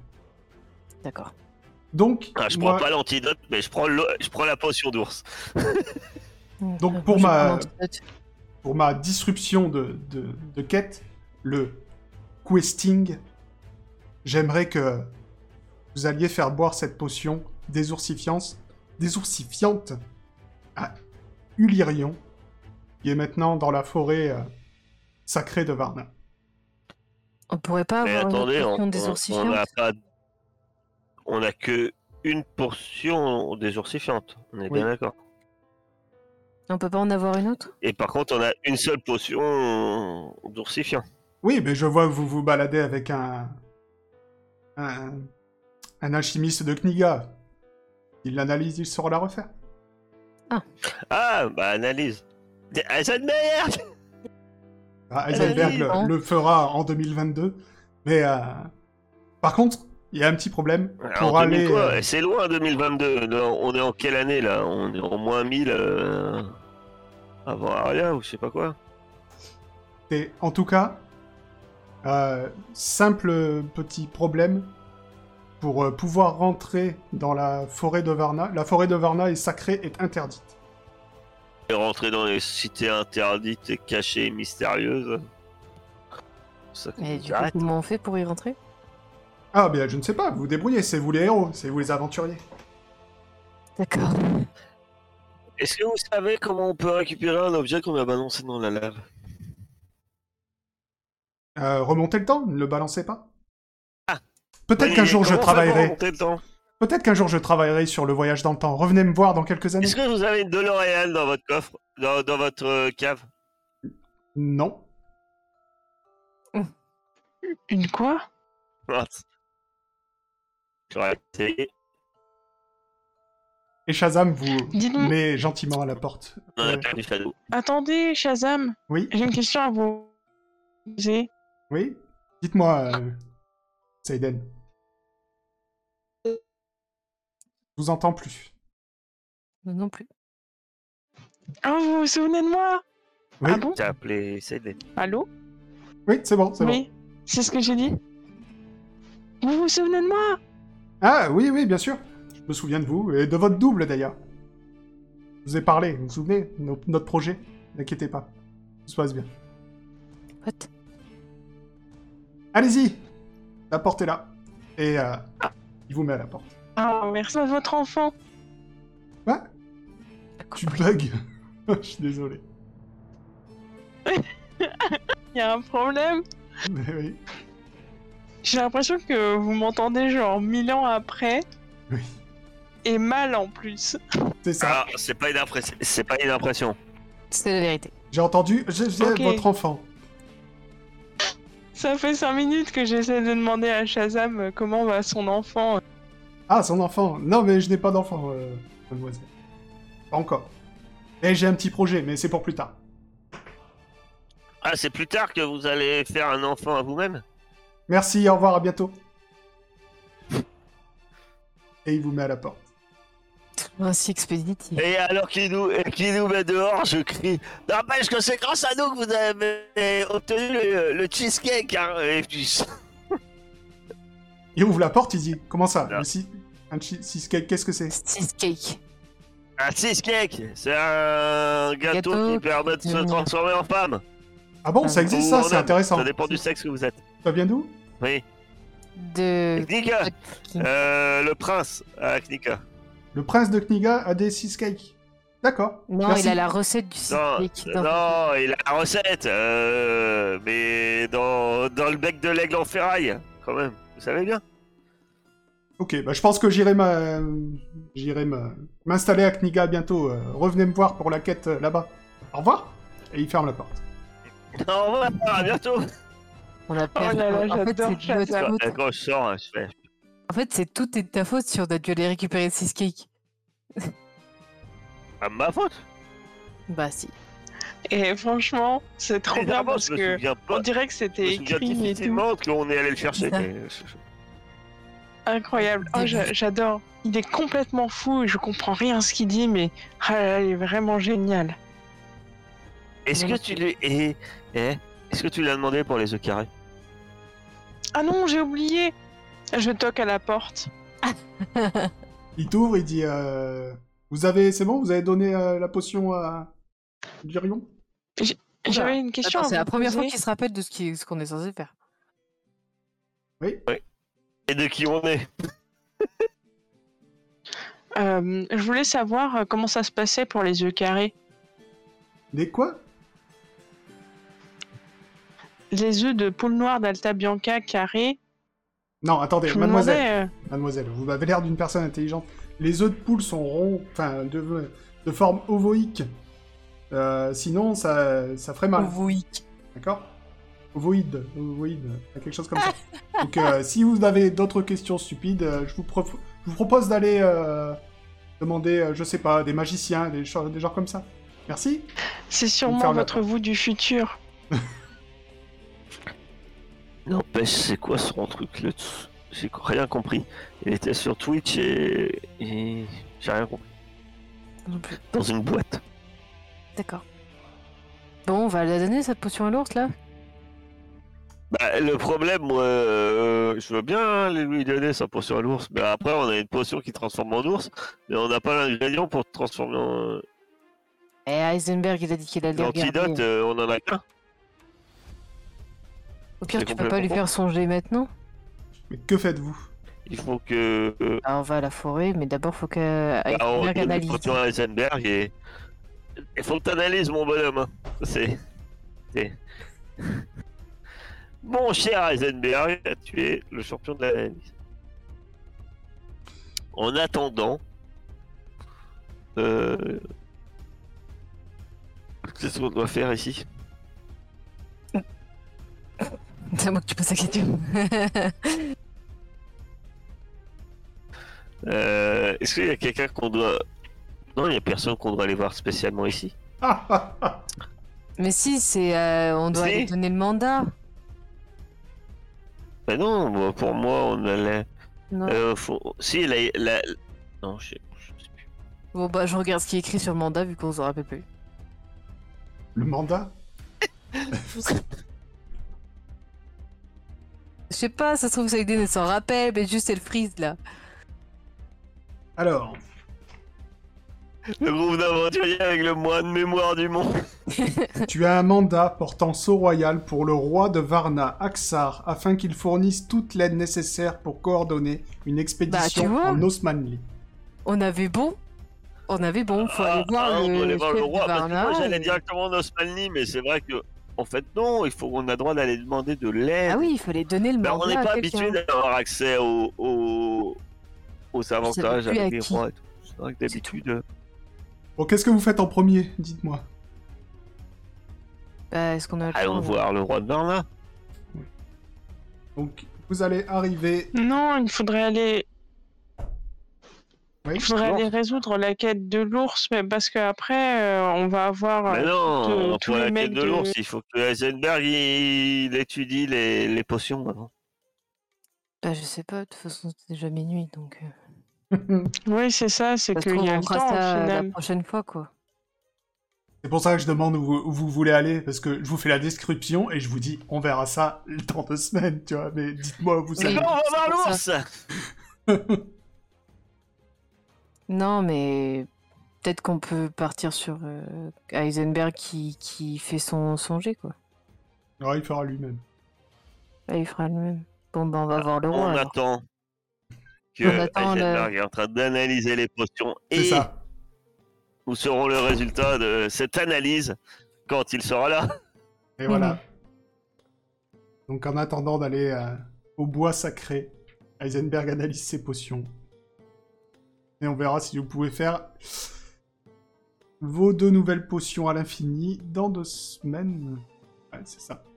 D'accord. Donc, Ah, Je moi- prends pas l'antidote, mais je prends, l'eau- je prends la potion d'ours. Donc, Euh, pour je ma- prends l'antidote. pour ma disruption de, de, de quête, le questing, j'aimerais que vous alliez faire boire cette potion désoursifiante, désoursifiante à Ulirion, qui est maintenant dans la forêt euh, sacrée de Varna. On pourrait pas Mais avoir attendez, une on, potion on- désoursifiante on a pas- on a que une portion désoursifiante. On est Oui. bien d'accord. On peut pas en avoir une autre Et par contre, on a une seule potion d'oursifiant. Oui, mais je vois que vous vous baladez avec un, un, un alchimiste de Kniga. Il l'analyse, il saura la refaire. Ah, bah analyse. Des Heisenberg Ah, Heisenberg oui, le, hein. le fera en 2022. Mais euh, par contre, il y a un petit problème. Alors, Pour en 2000 aller, quoi euh, C'est loin 2022. Là, on est en quelle année là On est en moins 1000 euh, avant Aria ou je sais pas quoi. C'est en tout cas euh, simple petit problème pour euh, pouvoir rentrer dans la forêt de Varna. La forêt de Varna est sacrée et interdite. Et rentrer dans les cités interdites et cachées et mystérieuses. Ça, Mais du coup, arrête. comment on fait pour y rentrer Ah, bien, je ne sais pas, vous vous débrouillez, c'est vous les héros, c'est vous les aventuriers. D'accord. Est-ce que vous savez comment on peut récupérer un objet qu'on a balancé dans la lave Euh, remontez le temps, ne le balancez pas. Ah. Peut-être Mais qu'un jour je comment on fait pour travaillerai. remonter le temps Peut-être qu'un jour je travaillerai sur le voyage dans le temps. Revenez me voir dans quelques années. Est-ce que vous avez une DeLorean dans votre coffre dans, dans votre euh, cave Non. Une quoi Mince. J'aurais essayé. Et Shazam vous Dites-moi. met gentiment à la porte. Euh, On en a Ouais. perdu Shadow. Attendez, Shazam, Oui, j'ai une question à vous poser. oui. Dites-moi, euh, Seiden. Je vous entends plus. Nous non plus. Ah, vous vous souvenez de moi Oui. Ah bon T'as appelé CD. Allô Oui, c'est bon, c'est bon. Oui, c'est ce que j'ai dit. Vous vous souvenez de moi Ah oui, oui, bien sûr. Je me souviens de vous et de votre double d'ailleurs. Je vous ai parlé, vous vous souvenez no- Notre projet. N'inquiétez pas. Tout se passe bien. What Allez-y La porte est là. Et euh, il vous met à la porte. Ah, merci à votre enfant. Quoi Pas Tu compris. bugs Je suis désolé. Il y a un problème. Mais oui. J'ai l'impression que vous m'entendez genre mille ans après. Oui. Et mal en plus. C'est ça. Ah, c'est pas une impression. C'est pas une impression. C'est la vérité. J'ai entendu, j'ai j'ai Ok. votre enfant. Ça fait cinq minutes que j'essaie de demander à Shazam euh, comment va son enfant. Ah, son enfant. Non, mais je n'ai pas d'enfant, euh, mademoiselle. Pas encore. Et j'ai un petit projet, mais c'est pour plus tard. Ah, c'est plus tard que vous allez faire un enfant à vous-même Merci, au revoir, à bientôt. Et il vous met à la porte. Ainsi expéditif. Et alors qu'il nous, et qu'il nous met dehors, je crie N'empêche que c'est grâce à nous que vous avez obtenu le, le cheesecake hein. Et puis, Il ouvre la porte, il dit Comment ça Là. Le si... un chi- cheesecake, qu'est-ce que c'est Cheesecake. un cheesecake Ah, C'est un gâteau, Gâteau qui permet de se qui- transformer en femme Ah bon, ça Ah, existe ou ça en C'est homme. intéressant. Ça dépend du sexe que vous êtes. Ça vient d'où Oui. De. Knika euh, Le prince à Knika. Le prince de Kniga a des cheesecakes. D'accord. Non, Merci. il a la recette du Non, cheesecake. dans- non, il a la recette euh, Mais dans, dans le bec de l'aigle en ferraille, quand même. Vous savez bien Ok, bah je pense que j'irai ma... j'irai ma- m'installer à Kniga bientôt. euh, revenez me voir pour la quête euh, là-bas. Au revoir. Et il ferme la porte. Au revoir, à bientôt On l'a Oh là perdu. là, en fait, j'adore c'est de Shazam. notre faute. Quand je sors, je fais. En fait, c'est tout est de ta faute sur d'être dû aller récupérer le cheesecake. Pas de ma faute Bah si. Et franchement, c'est trop bien Évidemment, parce je me que souviens on pas. dirait que Je me c'était souviens écrit et tout. difficilement qu'on est allé le chercher. Ça. mais- Incroyable. Oh, j'a- j'adore. Il est complètement fou et je comprends rien à ce qu'il dit, mais ah là là, il est vraiment génial. Est-ce que tu l'as. eh, eh, Est-ce que tu l'as demandé pour les œufs carrés Ah non, j'ai oublié. Je toque à la porte. Il t'ouvre, il dit euh, Vous avez. C'est bon, vous avez donné euh, la potion à. Durion Oula. J'avais une question. Attends, à c'est la vous première fois poser. qu'il se rappelle de ce qui- ce qu'on est censé faire. Oui. Et de qui on est Euh, je voulais savoir euh, comment ça se passait pour les œufs carrés. Des quoi Les œufs de poule noire d'Alta Bianca carrés. Non, attendez, Je me mademoiselle. demandais, euh, Mademoiselle, vous avez l'air d'une personne intelligente. Les œufs de poule sont ronds, enfin, de, de forme ovoïque. Euh, sinon, ça, ça ferait mal. Oui. D'accord Ovoïde, ovoïde, euh, quelque chose comme ça. Donc, euh, si vous avez d'autres questions stupides, euh, je, vous pro- je vous propose d'aller euh, demander, euh, je sais pas, des magiciens, des, cho- des gens comme ça. Merci. Faut C'est me sûrement faire votre vous du futur. N'empêche, c'est quoi son truc là dessus J'ai rien compris. Il était sur Twitch et. et J'ai rien compris. Non plus. Dans une boîte. D'accord. Bon, on va la donner cette potion à l'ours là Bah, le problème, moi, euh, je veux bien lui donner sa potion à l'ours, mais après, on a une potion qui transforme en ours, mais on n'a pas l'ingrédient pour te transformer en. Eh, Heisenberg, il a dit qu'il allait regarder. L'antidote, euh, on en a qu'un. Au pire, c'est tu peux pas lui complètement faire songer maintenant. Mais que faites-vous Il faut que. euh, Ah, on va à la forêt, mais d'abord, faut que euh, bah, on Heisenberg donne une analyse. potion à Heisenberg et. Il faut que t'analyses, mon bonhomme. hein. C'est. c'est- Mon cher Heisenberg a tué le champion de l'analyse. En attendant. Euh... Qu'est-ce qu'on doit faire ici C'est à moi que tu poses la question. Euh, Est-ce qu'il y a quelqu'un qu'on doit. Non, il n'y a personne qu'on doit aller voir spécialement ici. Ah, ah, ah. mais si, c'est, euh, on doit Si. lui donner le mandat. Bah non, moi, pour moi, on allait. Non. Euh, faut- Si, la. la- Non, je sais, je sais plus. Bon, bah, je regarde ce qui est écrit sur le mandat vu qu'on s'en rappelle plus. Le mandat Je sais pas, ça se trouve, ça idée ne s'en rappelle, mais juste elle freeze là. Alors, Le groupe d'aventuriers avec le moine mémoire du monde. tu as un mandat portant sceau royal pour le roi de Varna, Aksar, afin qu'il fournisse toute l'aide nécessaire pour coordonner une expédition Bah, vois. en Osmanli. On avait bon On avait bon, faut aller voir ah, le, on doit aller voir chef le de roi. Parce que Varna, moi, j'allais et- directement en Osmanli, mais c'est vrai que. En fait, non, il faut qu'on a droit d'aller demander de l'aide. Ah oui, il fallait donner le Bah, mandat on n'est pas à quelqu'un. habitué d'avoir accès aux, aux... aux avantages plus à avec les qui. rois et tout. C'est vrai que C'est d'habitude. euh, Bon, qu'est-ce que vous faites en premier Dites-moi. Bah, est-ce qu'on a le Allons temps voir le roi de Berlin. Donc, vous allez arriver. Non, il faudrait aller. Oui, Il faudrait non. aller résoudre la quête de l'ours, mais parce qu'après, on va avoir. Mais euh, non, tout- on tous prend les la quête mecs de de- l'ours. Il faut que Heisenberg il, il étudie les, les potions avant. Bah, je sais pas, de toute façon, c'est déjà minuit, donc... euh, C'est Oui, c'est ça, c'est Ça se qu'il trouve, y a on le fera temps au ça la final. prochaine fois, quoi. pour ça que je demande où, vous- où vous voulez aller, parce que je vous fais la description et je vous dis, on verra ça dans deux semaines, tu vois, mais dites-moi où vous Oui. allez. Mais non, on va c'est voir pour l'ours Non, mais... Peut-être qu'on peut partir sur euh, Heisenberg qui, qui fait son, son jet, quoi. Ouais, il fera lui-même. Là, il fera le même. Bon, bah, on va voir le Ah, On roi, alors. attend que On attend le- Heisenberg est en train d'analyser les potions C'est et ça. nous saurons le résultat de cette analyse quand il sera là. Et voilà. Donc en attendant d'aller euh, au bois sacré, Heisenberg analyse ses potions. Et on verra si vous pouvez faire vos deux nouvelles potions à l'infini dans deux semaines. Ouais, c'est ça.